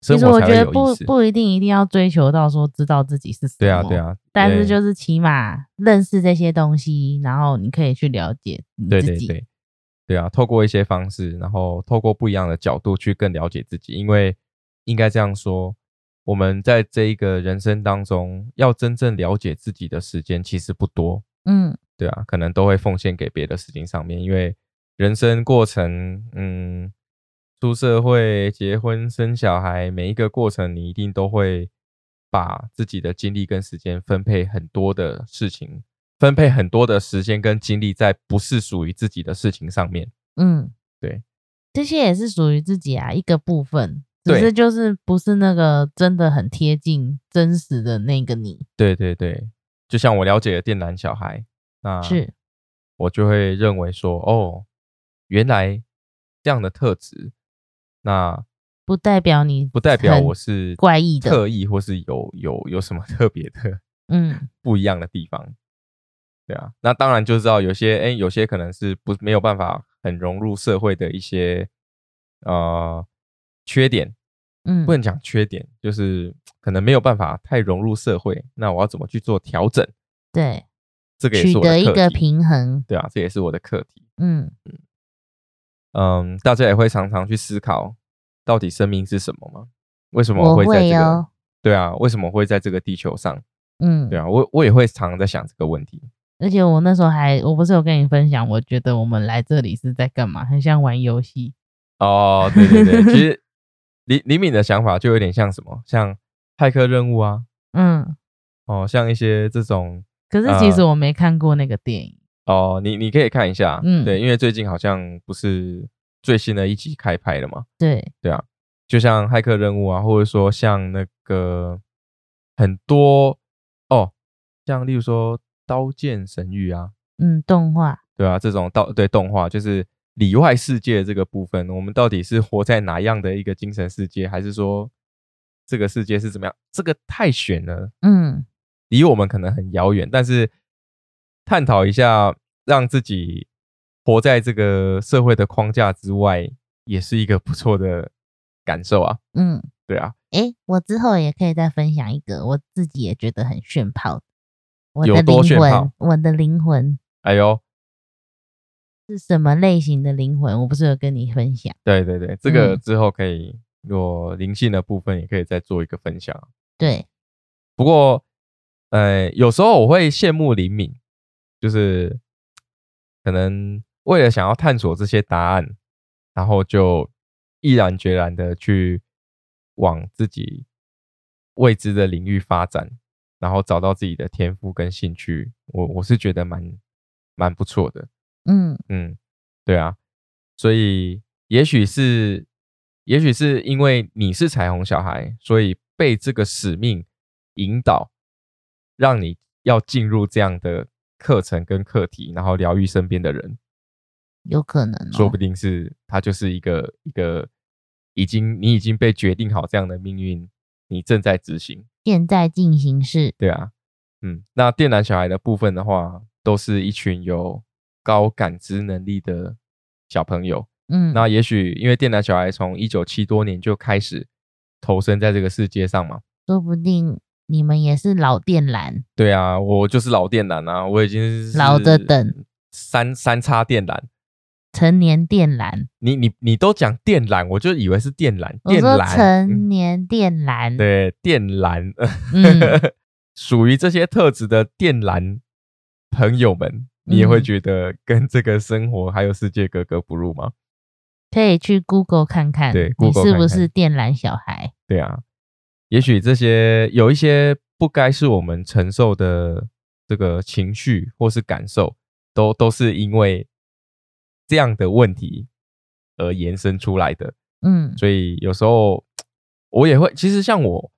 [SPEAKER 1] 生
[SPEAKER 2] 其实
[SPEAKER 1] 活
[SPEAKER 2] 我
[SPEAKER 1] 才
[SPEAKER 2] 觉
[SPEAKER 1] 会
[SPEAKER 2] 得
[SPEAKER 1] 有
[SPEAKER 2] 不
[SPEAKER 1] 意思。
[SPEAKER 2] 不一哦定一定要追求到说知道自己是什么，
[SPEAKER 1] 对啊，对，啊，
[SPEAKER 2] 但是
[SPEAKER 1] 对
[SPEAKER 2] 就是起码认识这些东西，然后你可以去了解你
[SPEAKER 1] 对
[SPEAKER 2] 自
[SPEAKER 1] 对
[SPEAKER 2] 己。
[SPEAKER 1] 对对啊，透过一些方式，然后透过不一样的角度去更了解自己，因为应该这样说，我们在这一个人生当中，要真正了解自己的时间其实不多。
[SPEAKER 2] 嗯，
[SPEAKER 1] 对啊，可能都会奉献给别的事情上面，因为人生过程，嗯，出社会、结婚、生小孩，每一个过程，你一定都会把自己的精力跟时间分配很多的事情，分配很多的时间跟精力在不是属于自己的事情上面。
[SPEAKER 2] 嗯，
[SPEAKER 1] 对，
[SPEAKER 2] 这些也是属于自己啊一个部分，只
[SPEAKER 1] 对
[SPEAKER 2] 是就是不是那个真的很贴近真实的那个你，
[SPEAKER 1] 对对对，就像我了解的电缆小孩，那
[SPEAKER 2] 是
[SPEAKER 1] 我就会认为说，哦，原来这样的特质，那
[SPEAKER 2] 不代表你
[SPEAKER 1] 不代表
[SPEAKER 2] 很
[SPEAKER 1] 我是
[SPEAKER 2] 怪异的，
[SPEAKER 1] 特意或是有有有什么特别的
[SPEAKER 2] 嗯
[SPEAKER 1] 不一样的地方。对啊，那当然就知道有些哎、诶有些可能是不没有办法很融入社会的一些呃缺点，
[SPEAKER 2] 嗯
[SPEAKER 1] 不能讲缺点，就是可能没有办法太融入社会。那我要怎么去做调整？
[SPEAKER 2] 对，
[SPEAKER 1] 这个也
[SPEAKER 2] 取
[SPEAKER 1] 是我
[SPEAKER 2] 得
[SPEAKER 1] 的
[SPEAKER 2] 一
[SPEAKER 1] 课
[SPEAKER 2] 个
[SPEAKER 1] 题。
[SPEAKER 2] 平衡，
[SPEAKER 1] 对啊，这也是我的课题。
[SPEAKER 2] 嗯，
[SPEAKER 1] 嗯，大家也会常常去思考，到底生命是什么吗？为什么
[SPEAKER 2] 我
[SPEAKER 1] 会在
[SPEAKER 2] 会
[SPEAKER 1] 这个
[SPEAKER 2] 哦？
[SPEAKER 1] 对啊，为什么会在这个地球上？
[SPEAKER 2] 嗯，
[SPEAKER 1] 对啊，我我也会常常在想这个问题。
[SPEAKER 2] 而且我那时候还，我不是有跟你分享，我觉得我们来这里是在干嘛？很像玩游戏。
[SPEAKER 1] 哦，对对对，其 实李李敏的想法就有点像什么，像骇客任务啊，
[SPEAKER 2] 嗯，
[SPEAKER 1] 哦，像一些这种
[SPEAKER 2] 可是其实
[SPEAKER 1] 呃
[SPEAKER 2] 我没看过那个电影。
[SPEAKER 1] 哦，你你可以看一下，
[SPEAKER 2] 嗯
[SPEAKER 1] 对，因为最近好像不是最新的一集开拍了嘛，
[SPEAKER 2] 对，
[SPEAKER 1] 就像骇客任务啊，或者说像那个很多哦，像例如说《刀剑神域》啊，
[SPEAKER 2] 嗯，动画，
[SPEAKER 1] 对啊，这种到对动画就是里外世界这个部分，我们到底是活在哪样的一个精神世界，还是说这个世界是怎么样？这个太悬了，
[SPEAKER 2] 嗯
[SPEAKER 1] 离我们可能很遥远，但是探讨一下，让自己活在这个社会的框架之外，也是一个不错的感受啊。
[SPEAKER 2] 嗯，
[SPEAKER 1] 对啊，
[SPEAKER 2] 诶，我之后也可以再分享一个我自己也觉得很炫炮的，我
[SPEAKER 1] 有
[SPEAKER 2] 的
[SPEAKER 1] 多
[SPEAKER 2] 灵
[SPEAKER 1] 炫
[SPEAKER 2] 魂
[SPEAKER 1] 炮，
[SPEAKER 2] 我的灵魂
[SPEAKER 1] 哎呦，
[SPEAKER 2] 是什么类型的灵魂？我不是有跟你分享？
[SPEAKER 1] 对对对，这个
[SPEAKER 2] 嗯
[SPEAKER 1] 之后可以，我灵性的部分也可以再做一个分享啊。
[SPEAKER 2] 对，
[SPEAKER 1] 不过，呃，有时候我会羡慕灵敏，就是可能为了想要探索这些答案，然后就毅然决然的去往自己未知的领域发展，然后找到自己的天赋跟兴趣。我我是觉得蛮蛮不错的，
[SPEAKER 2] 嗯
[SPEAKER 1] 嗯，对啊，所以也许是，也许是因为你是彩虹小孩，所以被这个使命引导，让你要进入这样的课程跟课题，然后疗愈身边的人，
[SPEAKER 2] 有可能、
[SPEAKER 1] 说
[SPEAKER 2] 哦
[SPEAKER 1] 不。定是他就是一个一个已经你已经被决定好这样的命运，你正在执行。
[SPEAKER 2] 现在进行式，
[SPEAKER 1] 对啊，嗯，那电缆小孩的部分的话，都是一群有高感知能力的小朋友。
[SPEAKER 2] 嗯，
[SPEAKER 1] 那也许因为电缆小孩从一九七多年就开始投身在这个世界上嘛。
[SPEAKER 2] 说不定你们也是老电缆，
[SPEAKER 1] 对啊，我就是老电缆啊，我已经是
[SPEAKER 2] 老着等
[SPEAKER 1] 三三叉电缆。
[SPEAKER 2] 成年电缆。
[SPEAKER 1] 你你你都讲电缆，我就以为是电缆，
[SPEAKER 2] 我
[SPEAKER 1] 电
[SPEAKER 2] 说
[SPEAKER 1] 缆，嗯
[SPEAKER 2] 成年电缆，
[SPEAKER 1] 对，电缆，
[SPEAKER 2] 嗯，
[SPEAKER 1] 属于这些特质的电缆朋友们，你也会
[SPEAKER 2] 嗯
[SPEAKER 1] 觉得跟这个生活还有世界格格不入吗？
[SPEAKER 2] 可以去 Google 看看，
[SPEAKER 1] 对
[SPEAKER 2] 你
[SPEAKER 1] ，Google
[SPEAKER 2] 是不
[SPEAKER 1] 看看
[SPEAKER 2] 是电缆小孩？
[SPEAKER 1] 对啊，也许这些有一些不该是我们承受的这个情绪或是感受，都都是因为这样的问题而延伸出来的。
[SPEAKER 2] 嗯
[SPEAKER 1] 所以有时候我也会，其实像我，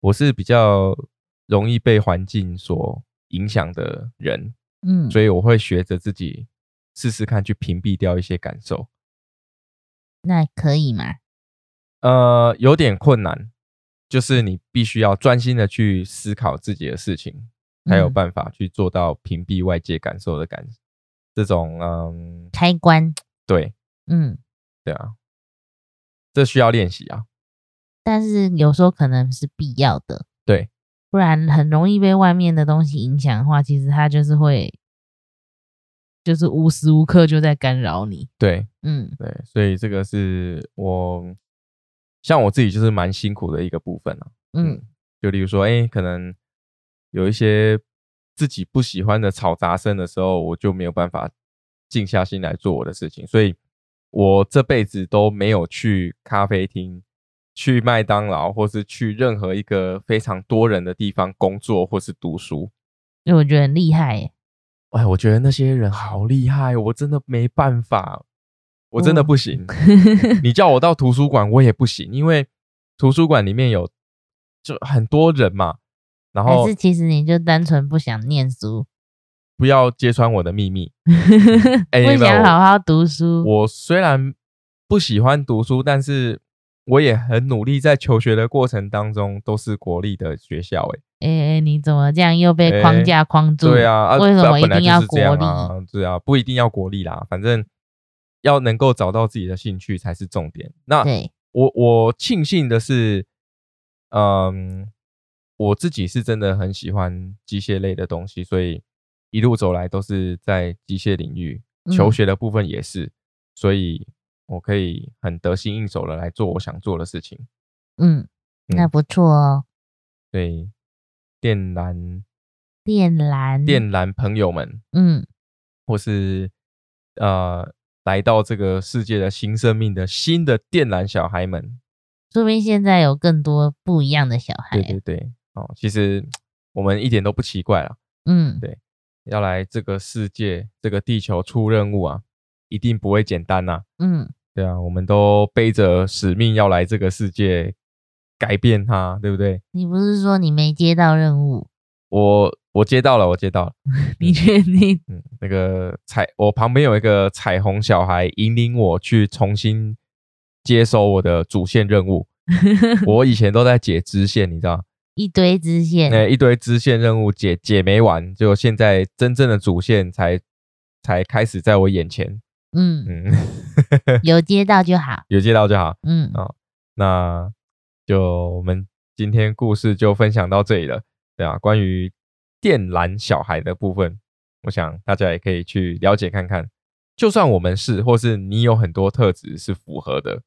[SPEAKER 1] 我是比较容易被环境所影响的人，
[SPEAKER 2] 嗯，
[SPEAKER 1] 所以我会学着自己试试看去屏蔽掉一些感受。
[SPEAKER 2] 那可以嘛？
[SPEAKER 1] 呃，有点困难，就是你必须要专心的去思考自己的事情，才有
[SPEAKER 2] 嗯
[SPEAKER 1] 办法去做到屏蔽外界感受的感，这种嗯，
[SPEAKER 2] 开关，
[SPEAKER 1] 对
[SPEAKER 2] 嗯，
[SPEAKER 1] 对啊，这需要练习啊，
[SPEAKER 2] 但是有时候可能是必要的，
[SPEAKER 1] 对，
[SPEAKER 2] 不然很容易被外面的东西影响的话，其实它就是会，就是无时无刻就在干扰你。
[SPEAKER 1] 对
[SPEAKER 2] 嗯
[SPEAKER 1] 对，所以这个是我像我自己就是蛮辛苦的一个部分啊，
[SPEAKER 2] 嗯，
[SPEAKER 1] 就例如说，哎，可能有一些自己不喜欢的嘈杂声的时候，我就没有办法静下心来做我的事情，所以我这辈子都没有去咖啡厅、去麦当劳，或是去任何一个非常多人的地方工作或是读书。
[SPEAKER 2] 因为我觉得很厉害欸耶，
[SPEAKER 1] 哎，我觉得那些人好厉害，哦我真的没办法，我真的
[SPEAKER 2] 哦
[SPEAKER 1] 不行。 你叫我到图书馆，我也不行，因为图书馆里面有就很多人嘛，然
[SPEAKER 2] 还
[SPEAKER 1] 后
[SPEAKER 2] 是其实你就单纯不想念书，
[SPEAKER 1] 不要揭穿我的秘密。哎
[SPEAKER 2] 不
[SPEAKER 1] 没有
[SPEAKER 2] 想好好读书。
[SPEAKER 1] 我虽然不喜欢读书，但是我也很努力，在求学的过程当中都是国立的学校、欸。
[SPEAKER 2] 哎哎，你怎么这样又被框
[SPEAKER 1] 哎
[SPEAKER 2] 架框住？
[SPEAKER 1] 对啊，啊
[SPEAKER 2] 为什
[SPEAKER 1] 本
[SPEAKER 2] 么一
[SPEAKER 1] 本来
[SPEAKER 2] 定
[SPEAKER 1] 就
[SPEAKER 2] 要
[SPEAKER 1] 是这
[SPEAKER 2] 国
[SPEAKER 1] 样
[SPEAKER 2] 力？
[SPEAKER 1] 啊？对啊，不一定要国立啦，反正要能够找到自己的兴趣才是重点。那
[SPEAKER 2] 对，
[SPEAKER 1] 我我庆幸的是，嗯，我自己是真的很喜欢机械类的东西，所以一路走来都是在机械领域，求
[SPEAKER 2] 嗯
[SPEAKER 1] 学的部分也是，所以我可以很得心应手的来做我想做的事情。
[SPEAKER 2] 嗯，那
[SPEAKER 1] 嗯
[SPEAKER 2] 不错哦。
[SPEAKER 1] 所以，电缆
[SPEAKER 2] 电缆，
[SPEAKER 1] 电缆朋友们，
[SPEAKER 2] 嗯，
[SPEAKER 1] 或是呃来到这个世界的新生命的新的电缆小孩们，
[SPEAKER 2] 说明现在有更多不一样的小
[SPEAKER 1] 对
[SPEAKER 2] 孩。
[SPEAKER 1] 对对，哦，其实我们一点都不奇怪啦。
[SPEAKER 2] 嗯，
[SPEAKER 1] 对要来这个世界、这个地球出任务啊，一定不会简单呐、
[SPEAKER 2] 嗯，
[SPEAKER 1] 对啊，我们都背着使命要来这个世界改变它，对不对？
[SPEAKER 2] 你不是说你没接到任务？
[SPEAKER 1] 我我接到了，我接到了。
[SPEAKER 2] 你确定？
[SPEAKER 1] 嗯，那个彩，我旁边有一个彩虹小孩引领我去重新接收我的主线任务。我以前都在解支线，你知道，
[SPEAKER 2] 一堆支线，
[SPEAKER 1] 那、一堆支线任务解解没完，就现在真正的主线才才开始在我眼前。
[SPEAKER 2] 嗯，
[SPEAKER 1] 嗯，
[SPEAKER 2] 有接到就好。
[SPEAKER 1] 有接到就好。
[SPEAKER 2] 嗯，
[SPEAKER 1] 啊那就我们今天故事就分享到这里了，对啊，关于电缆小孩的部分，我想大家也可以去了解看看。就算我们是，或是你有很多特质是符合的，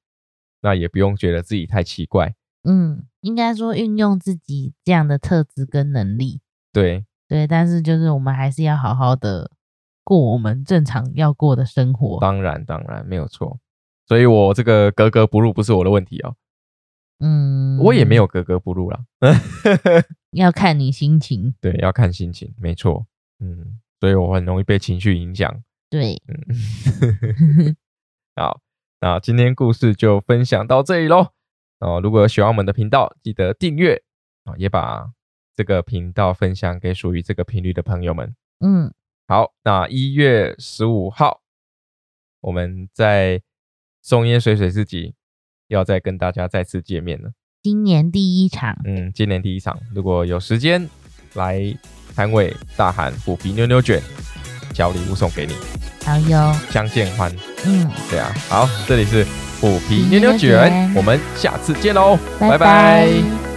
[SPEAKER 1] 那也不用觉得自己太奇怪。
[SPEAKER 2] 嗯，应该说运用自己这样的特质跟能力，
[SPEAKER 1] 对，
[SPEAKER 2] 对，但是就是我们还是要好好的过我们正常要过的生活。
[SPEAKER 1] 当然当然没有错。所以我这个格格不入不是我的问题哦，
[SPEAKER 2] 嗯，
[SPEAKER 1] 我也没有格格不入啦。
[SPEAKER 2] 要看你心情。
[SPEAKER 1] 对，要看心情，没错。嗯，所以我很容易被情绪影响。
[SPEAKER 2] 对，
[SPEAKER 1] 嗯，好，那今天故事就分享到这里喽。哦，如果有喜欢我们的频道，记得订阅啊、哦也把这个频道分享给属于这个频率的朋友们。
[SPEAKER 2] 嗯，
[SPEAKER 1] 好，那一月十五号，我们在松烟水水市集要再跟大家再次见面了。
[SPEAKER 2] 今年第一场，
[SPEAKER 1] 嗯，今年第一场，如果有时间来摊位大喊虎皮妞妞卷，小礼物送给你，
[SPEAKER 2] 好哟，
[SPEAKER 1] 相见欢。
[SPEAKER 2] 嗯，
[SPEAKER 1] 对啊，好，这里是虎皮妞妞
[SPEAKER 2] 妞妞
[SPEAKER 1] 卷
[SPEAKER 2] 卷，
[SPEAKER 1] 我们下次见喽，拜
[SPEAKER 2] 拜
[SPEAKER 1] 拜